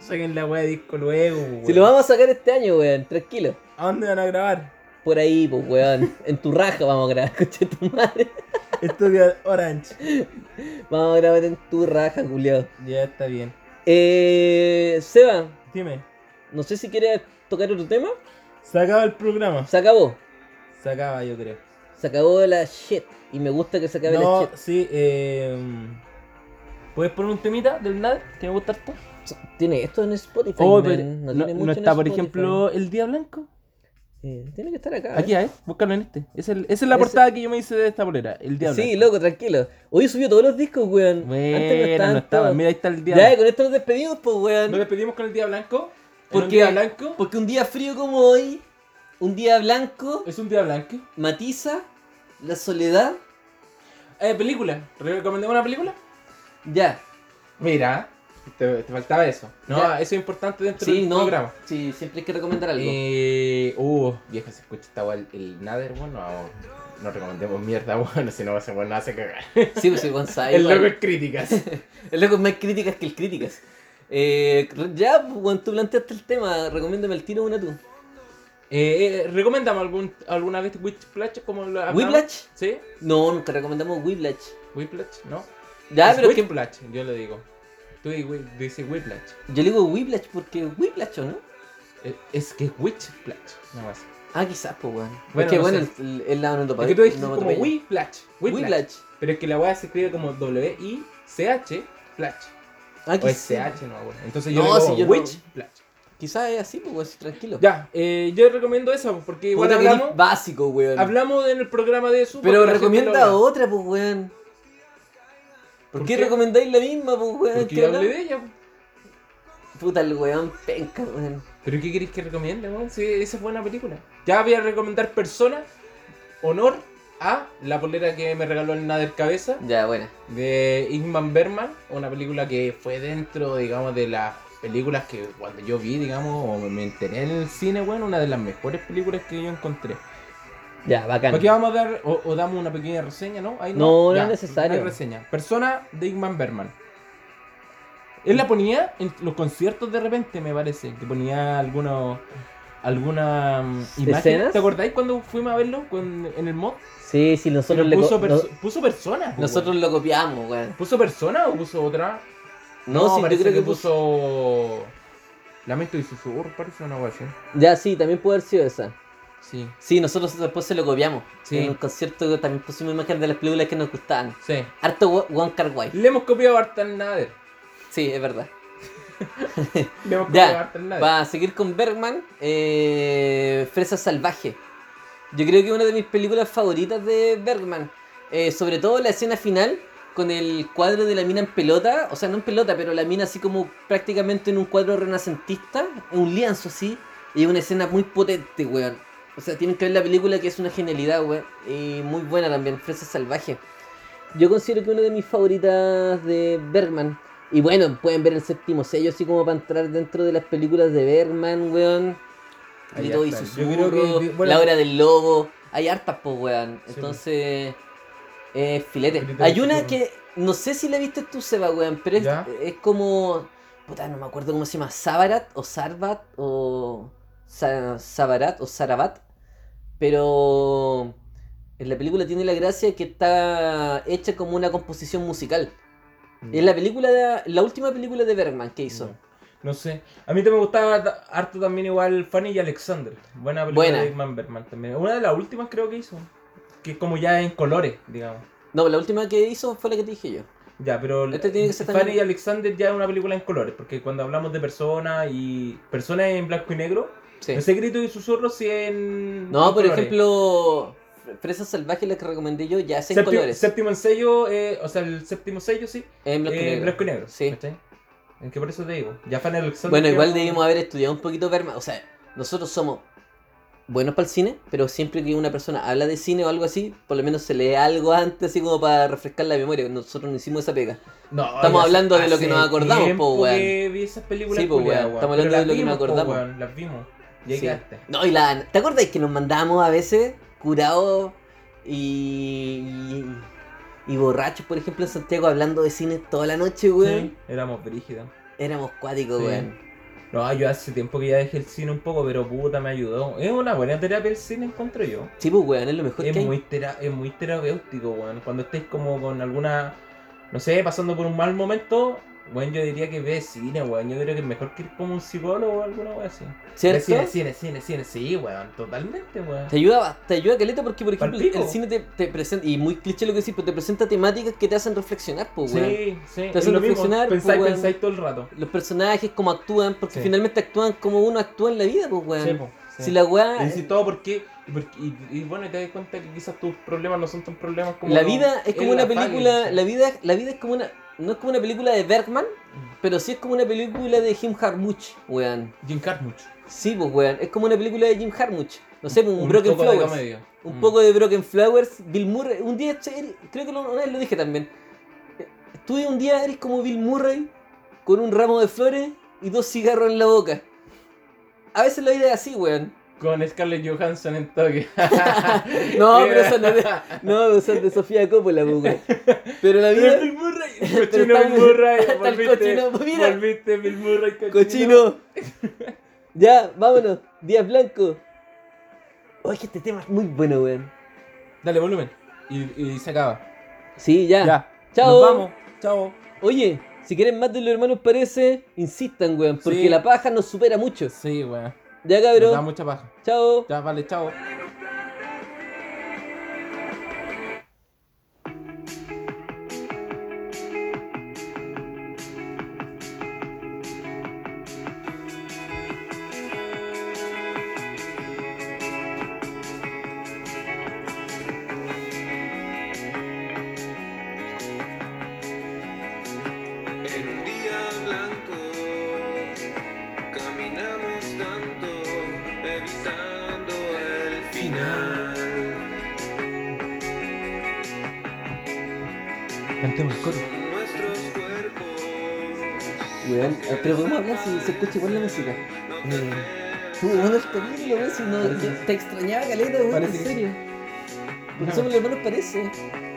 Speaker 2: Saquen la weá de disco luego, weón.
Speaker 1: Si lo vamos a sacar este año, weón, tranquilo.
Speaker 2: ¿A dónde van a grabar?
Speaker 1: Por ahí, pues, weón. En tu raja vamos a grabar, coche tu madre.
Speaker 2: Estudio Orange.
Speaker 1: Vamos a grabar en tu raja, culiao.
Speaker 2: Ya está bien.
Speaker 1: Eh. Seba,
Speaker 2: Dime,
Speaker 1: no sé si quieres tocar otro tema.
Speaker 2: se acaba el programa.
Speaker 1: Se acabó.
Speaker 2: Se acaba, yo creo.
Speaker 1: Se acabó la shit. Y me gusta que se acabe
Speaker 2: No,
Speaker 1: la shit.
Speaker 2: sí, eh. ¿Puedes poner un temita del nada que me gusta harto?
Speaker 1: Tiene esto en Spotify.
Speaker 2: Oh,
Speaker 1: man.
Speaker 2: pero
Speaker 1: no,
Speaker 2: no,
Speaker 1: tiene
Speaker 2: no
Speaker 1: mucho en
Speaker 2: está, por
Speaker 1: Spotify.
Speaker 2: ejemplo, el Día Blanco.
Speaker 1: Eh, tiene que estar acá.
Speaker 2: Aquí,
Speaker 1: ¿eh?
Speaker 2: ¿eh? Búscalo en este. Es el- esa es la
Speaker 1: Ese-
Speaker 2: portada que yo me hice de esta bolera, el Día
Speaker 1: Sí,
Speaker 2: Blanco.
Speaker 1: loco, tranquilo. Hoy subió todos los discos, weón. Antes no
Speaker 2: Bueno,
Speaker 1: estaban
Speaker 2: no estaba.
Speaker 1: todos.
Speaker 2: Mira, ahí está el Día
Speaker 1: Ya,
Speaker 2: Blanco.
Speaker 1: con esto nos despedimos, pues, weón.
Speaker 2: Nos despedimos con el Día Blanco.
Speaker 1: ¿Por
Speaker 2: Porque
Speaker 1: qué?
Speaker 2: Día Blanco
Speaker 1: Porque un día frío como hoy, un día blanco,
Speaker 2: es un Día Blanco.
Speaker 1: matiza la soledad.
Speaker 2: Eh, película. ¿Recomendemos una película?
Speaker 1: Ya.
Speaker 2: Mira, te, te faltaba eso. No,
Speaker 1: Ya.
Speaker 2: eso es importante dentro
Speaker 1: Sí,
Speaker 2: del
Speaker 1: no.
Speaker 2: programa.
Speaker 1: Sí, siempre hay que recomendar algo.
Speaker 2: Eh, uh, vieja, se escucha esta weá, el, el Nader, bueno, no, no recomendemos mierda, bueno, si no ese weón no hace cagar.
Speaker 1: Sí, pues el Gonzalo.
Speaker 2: El loco es críticas.
Speaker 1: El loco es más críticas que el críticas. Eh, ya, pues, cuando tú planteaste el tema, recomiéndame el tiro una tú.
Speaker 2: Eh, eh, ¿Recomendamos algún, alguna vez Whiplash como lo hablamos?
Speaker 1: ¿Whiplash?
Speaker 2: ¿Sí?
Speaker 1: No, nunca recomendamos Whiplash.
Speaker 2: ¿Whiplash? ¿No?
Speaker 1: Ya,
Speaker 2: Es
Speaker 1: pero es que
Speaker 2: Whiplash, yo le digo. Tú di- whi- dices Whiplash.
Speaker 1: yo le digo Whiplash porque es Whiplash, ¿o no?
Speaker 2: Eh, Es que es Whiplash, nada más.
Speaker 1: Ah, quizás, pues, weón.
Speaker 2: Bueno,
Speaker 1: es que,
Speaker 2: no
Speaker 1: bueno,
Speaker 2: sé.
Speaker 1: el, el lado no topa.
Speaker 2: Es que tú dijiste
Speaker 1: no
Speaker 2: como
Speaker 1: topa-
Speaker 2: Whiplash, Whiplash.
Speaker 1: Whiplash.
Speaker 2: Pero es que la weá se escribe como W-I-C-H, Flash.
Speaker 1: Ah,
Speaker 2: O
Speaker 1: quizás.
Speaker 2: SH, no, bueno. Entonces yo
Speaker 1: No,
Speaker 2: le digo
Speaker 1: si yo no-
Speaker 2: Which Flash.
Speaker 1: Quizás es así, pues, weón, tranquilo.
Speaker 2: Ya, eh, yo recomiendo esa, porque igual
Speaker 1: Puta que eres
Speaker 2: hablamos,
Speaker 1: básico, weón.
Speaker 2: hablamos en el programa de eso.
Speaker 1: Pero
Speaker 2: porque la gente
Speaker 1: recomienda
Speaker 2: lo habla.
Speaker 1: otra, pues, weón. ¿Por,
Speaker 2: ¿Por
Speaker 1: qué,
Speaker 2: qué?
Speaker 1: recomendáis la misma, pues, weón?
Speaker 2: Porque
Speaker 1: ¿Qué
Speaker 2: yo hablé
Speaker 1: hablamos?
Speaker 2: de ella. po.
Speaker 1: Puta, el weón penca, weón.
Speaker 2: ¿Pero qué queréis que recomiende, weón? Sí, esa es buena película. Ya voy a recomendar Persona, Honor a la polera que me regaló el Nader Cabeza,
Speaker 1: Ya, buena.
Speaker 2: de Ingman Berman, una película que fue dentro, digamos, de las películas que cuando yo vi, digamos, o me enteré en el cine, bueno, una de las mejores películas que yo encontré.
Speaker 1: Ya, bacán.
Speaker 2: Aquí vamos a dar, o, o damos una pequeña reseña, ¿no? Ahí
Speaker 1: No, no
Speaker 2: Ya,
Speaker 1: es necesario.
Speaker 2: una reseña. Persona de Ingman Berman. Él la ponía en los conciertos de repente, me parece, que ponía algunos... Alguna mm, imagen.
Speaker 1: ¿Escenas?
Speaker 2: ¿Te acordáis cuando fuimos a verlo con- en el mod?
Speaker 1: Sí, sí, nosotros
Speaker 2: Pero
Speaker 1: le
Speaker 2: puso,
Speaker 1: co-
Speaker 2: perso-
Speaker 1: no-
Speaker 2: puso personas. pues,
Speaker 1: nosotros lo copiamos, weón.
Speaker 2: weón. ¿Puso persona o puso otra?
Speaker 1: No, sí, yo
Speaker 2: parece
Speaker 1: creo que, puso...
Speaker 2: puso... Lamento y susurro, parece una cosa
Speaker 1: Ya, sí, también puede haber sido esa.
Speaker 2: Sí.
Speaker 1: Sí, nosotros después se lo copiamos.
Speaker 2: Sí.
Speaker 1: En un concierto también pusimos imágenes de las películas que nos gustaban.
Speaker 2: Sí.
Speaker 1: Harto wo- One Car White.
Speaker 2: Le hemos copiado a Artan Nader.
Speaker 1: Sí, es verdad.
Speaker 2: Le hemos copiado a
Speaker 1: Ya,
Speaker 2: Artan Nader.
Speaker 1: para seguir con Bergman, eh, Fresa Salvaje. Yo creo que es una de mis películas favoritas de Bergman. Eh, sobre todo la escena final con el cuadro de la mina en pelota, o sea, no en pelota, pero la mina así como prácticamente en un cuadro renacentista, en un lienzo así, y es una escena muy potente, weón. O sea, tienen que ver la película que es una genialidad, weón, y muy buena también, Fresa Salvaje. Yo considero que una de mis favoritas de Bergman. Y bueno, pueden ver el séptimo sello así como para entrar dentro de las películas de Bergman, weón.
Speaker 2: Ahí
Speaker 1: Grito y
Speaker 2: está. Yo
Speaker 1: susurro,
Speaker 3: creo que- bueno-
Speaker 1: la hora del lobo. Hay hartas, po, weón.
Speaker 3: Sí,
Speaker 1: Entonces, eh, filete.
Speaker 3: Grito y
Speaker 1: Hay una
Speaker 3: susurro.
Speaker 1: que, Eh, no sé si la viste tú, Seba, weón, pero es,
Speaker 2: Ya.
Speaker 1: es como, puta, no me acuerdo cómo se llama, Sabarat o Sarbat o Sa- Sabarat o Sarabat. Pero en la película tiene la gracia que está hecha como una composición musical.
Speaker 2: Mm.
Speaker 1: Es la película, de- la última película de Bergman que hizo.
Speaker 2: No. No sé. A mí te me gustaba ta- harto también igual Fanny y Alexander. Buena película
Speaker 1: Buena.
Speaker 2: de Ingmar Bergman también. Una de las últimas creo que hizo. Que es como ya en colores, digamos.
Speaker 1: No, la última que hizo fue la que te dije yo.
Speaker 2: Ya, pero
Speaker 1: Este tiene que ser
Speaker 2: Fanny
Speaker 1: también-
Speaker 2: y Alexander ya es una película en colores. Porque cuando hablamos de personas y personas en blanco y negro,
Speaker 1: Sí.
Speaker 2: ese grito y susurro sí en.
Speaker 1: No,
Speaker 2: en
Speaker 1: por
Speaker 2: colores.
Speaker 1: ejemplo, Fresa Salvaje, la que recomendé yo, ya es en
Speaker 2: Séptimo,
Speaker 1: colores.
Speaker 2: séptimo sello, eh, o sea, el séptimo sello sí.
Speaker 1: en blanco y
Speaker 2: eh,
Speaker 1: negro.
Speaker 2: blanco y negro.
Speaker 1: Sí.
Speaker 2: ¿cachai? Es que por eso te digo. Ya Fanny y Alexander.
Speaker 1: Bueno, igual
Speaker 2: creo-
Speaker 1: debimos haber estudiado un poquito Bergman. O sea, nosotros somos buenos para el cine, pero siempre que una persona habla de cine o algo así, por lo menos se lee algo antes, así como para refrescar la memoria. Nosotros no hicimos esa pega.
Speaker 2: No,
Speaker 1: Estamos
Speaker 2: ya
Speaker 1: hablando de lo
Speaker 2: hace
Speaker 1: que nos acordamos, po,
Speaker 2: tiempo
Speaker 1: weón.
Speaker 2: que vi esas películas
Speaker 1: Sí, po,
Speaker 2: culiadas,
Speaker 1: weón. Estamos hablando
Speaker 2: Pero
Speaker 1: de lo que nos
Speaker 2: las vimos, po,
Speaker 1: acordamos.
Speaker 2: weón, Las vimos. Y ahí
Speaker 1: Sí.
Speaker 2: quedaste.
Speaker 1: No, y la. ¿Te acordáis que nos mandábamos a veces curados y. y, y borrachos, por ejemplo, en Santiago, hablando de cine toda la noche, weón?
Speaker 2: Sí, éramos brígidos.
Speaker 1: Éramos cuáticos,
Speaker 2: Sí.
Speaker 1: weón.
Speaker 2: No, yo hace tiempo que ya dejé el cine un poco, pero puta me ayudó. Es una buena terapia el cine, encuentro yo.
Speaker 1: Sí, pues, weón, es lo mejor
Speaker 2: Es
Speaker 1: que hay.
Speaker 2: muy, tera- es muy terapéutico, weón. Cuando estés como con alguna, no sé, pasando por un mal momento, weón, yo diría que ve cine, weón. Yo creo que es mejor que ir como un psicólogo o alguna weón así. Ve
Speaker 1: ¿Cierto?
Speaker 2: Cine, cine, cine, cine, sí, weón, totalmente, weón.
Speaker 1: Te ayuda, te ayuda caleta porque, por ejemplo,
Speaker 2: Palpico.
Speaker 1: el cine te, te presenta, y muy cliché lo que decís, pero te presenta temáticas que te hacen reflexionar, pues, weón.
Speaker 2: Sí, sí,
Speaker 1: Te
Speaker 2: es
Speaker 1: hacen
Speaker 2: lo mismo.
Speaker 1: reflexionar, po,
Speaker 2: Pensáis,
Speaker 1: weón.
Speaker 2: pensáis todo el rato.
Speaker 1: Los personajes, cómo actúan, porque
Speaker 2: Sí.
Speaker 1: finalmente actúan como uno actúa en la vida, pues, weón.
Speaker 2: Sí, po, sí.
Speaker 1: Si la weá.
Speaker 2: Y decís todo porque, y, y bueno, y te das cuenta que quizás tus problemas no son tan problemas como.
Speaker 1: La
Speaker 2: lo-
Speaker 1: vida es como
Speaker 2: en
Speaker 1: una
Speaker 2: la
Speaker 1: película.
Speaker 2: Fallen,
Speaker 1: La vida, la vida es como una. No es como una película de Bergman,
Speaker 2: Mm.
Speaker 1: pero sí es como una película de Jim Harmuch, weón.
Speaker 2: Jim Carmuch.
Speaker 1: Sí, pues, weón. Es como una película de Jim Harmuch. No sé, pues, un, Broken
Speaker 2: poco de
Speaker 1: Flowers.
Speaker 2: comedia.
Speaker 1: Un
Speaker 2: Mm.
Speaker 1: poco de Broken Flowers, Bill Murray. Un día, che, creo que lo- una vez lo dije también. Eh, Tú un día eres como Bill Murray, con un ramo de flores y dos cigarros en la boca. A veces la vida es así, weón.
Speaker 2: Con Scarlett Johansson en toque.
Speaker 1: No, pero eso no es de, no, eso es de Sofía Coppola, pues, weón. Pero la vida.
Speaker 2: Mira, Bill Murray.
Speaker 1: Pero
Speaker 2: Cochino
Speaker 1: está-
Speaker 2: Bill Murray.
Speaker 1: está el
Speaker 2: volviste,
Speaker 1: cochino, mira.
Speaker 2: Volviste Bill Murray, cochino.
Speaker 1: ¡Cochino! ya, vámonos. Díaz Blanco. Oye, este tema es muy bueno, weón.
Speaker 2: Dale volumen. Y, y se acaba.
Speaker 1: Sí, ya. Chao.
Speaker 3: Nos vamos. Chao.
Speaker 1: Oye, si quieren más de los hermanos parece, insistan, weón, porque
Speaker 2: Sí.
Speaker 1: la paja nos supera mucho.
Speaker 2: Sí, weón.
Speaker 1: Ya
Speaker 2: Nos da
Speaker 1: cabrón,
Speaker 2: mucha paja.
Speaker 1: chao.
Speaker 2: Ya, vale, chao.
Speaker 4: En un día blanco caminamos tanto evitando el final.
Speaker 2: Cantemos el coro.
Speaker 4: Son nuestros cuerpos.
Speaker 1: Weón, eh, pero podemos hablar si se escucha igual la música. Tú, weón, el capítulo, weón, si no,
Speaker 2: Parece-
Speaker 1: te extrañaba caleta, weón, en
Speaker 2: Parece que sí.
Speaker 1: serio. Porque somos los hermanos parece.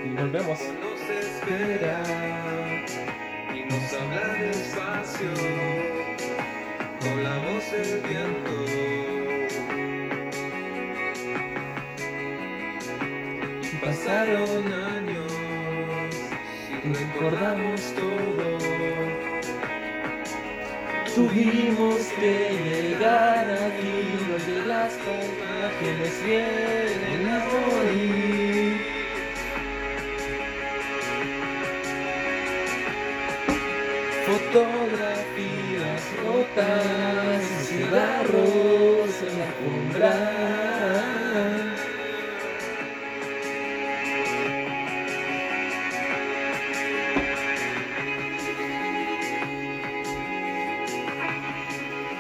Speaker 2: Y nos vemos.
Speaker 4: Nos espera y nos habla despacio con la voz del viento. Y pasaron años y recordamos todo.
Speaker 2: Tuvimos que llegar aquí donde las imágenes vienen a morir. Fotografías rotas, y cigarros en la alfombra.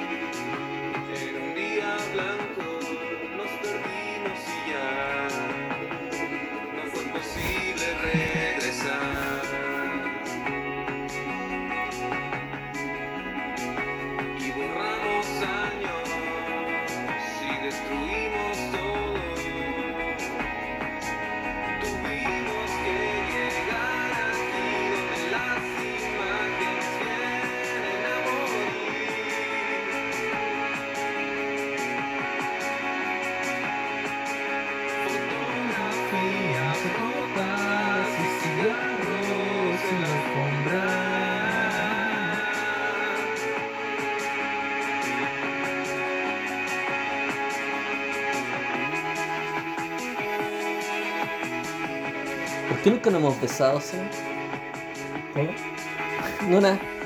Speaker 4: En un día blanco nos perdimos y ya no fue posible regresar. Y borramos años y
Speaker 1: ¿Por qué nunca nos hemos besado, Seba?
Speaker 2: ¿Cómo?
Speaker 1: No, nada.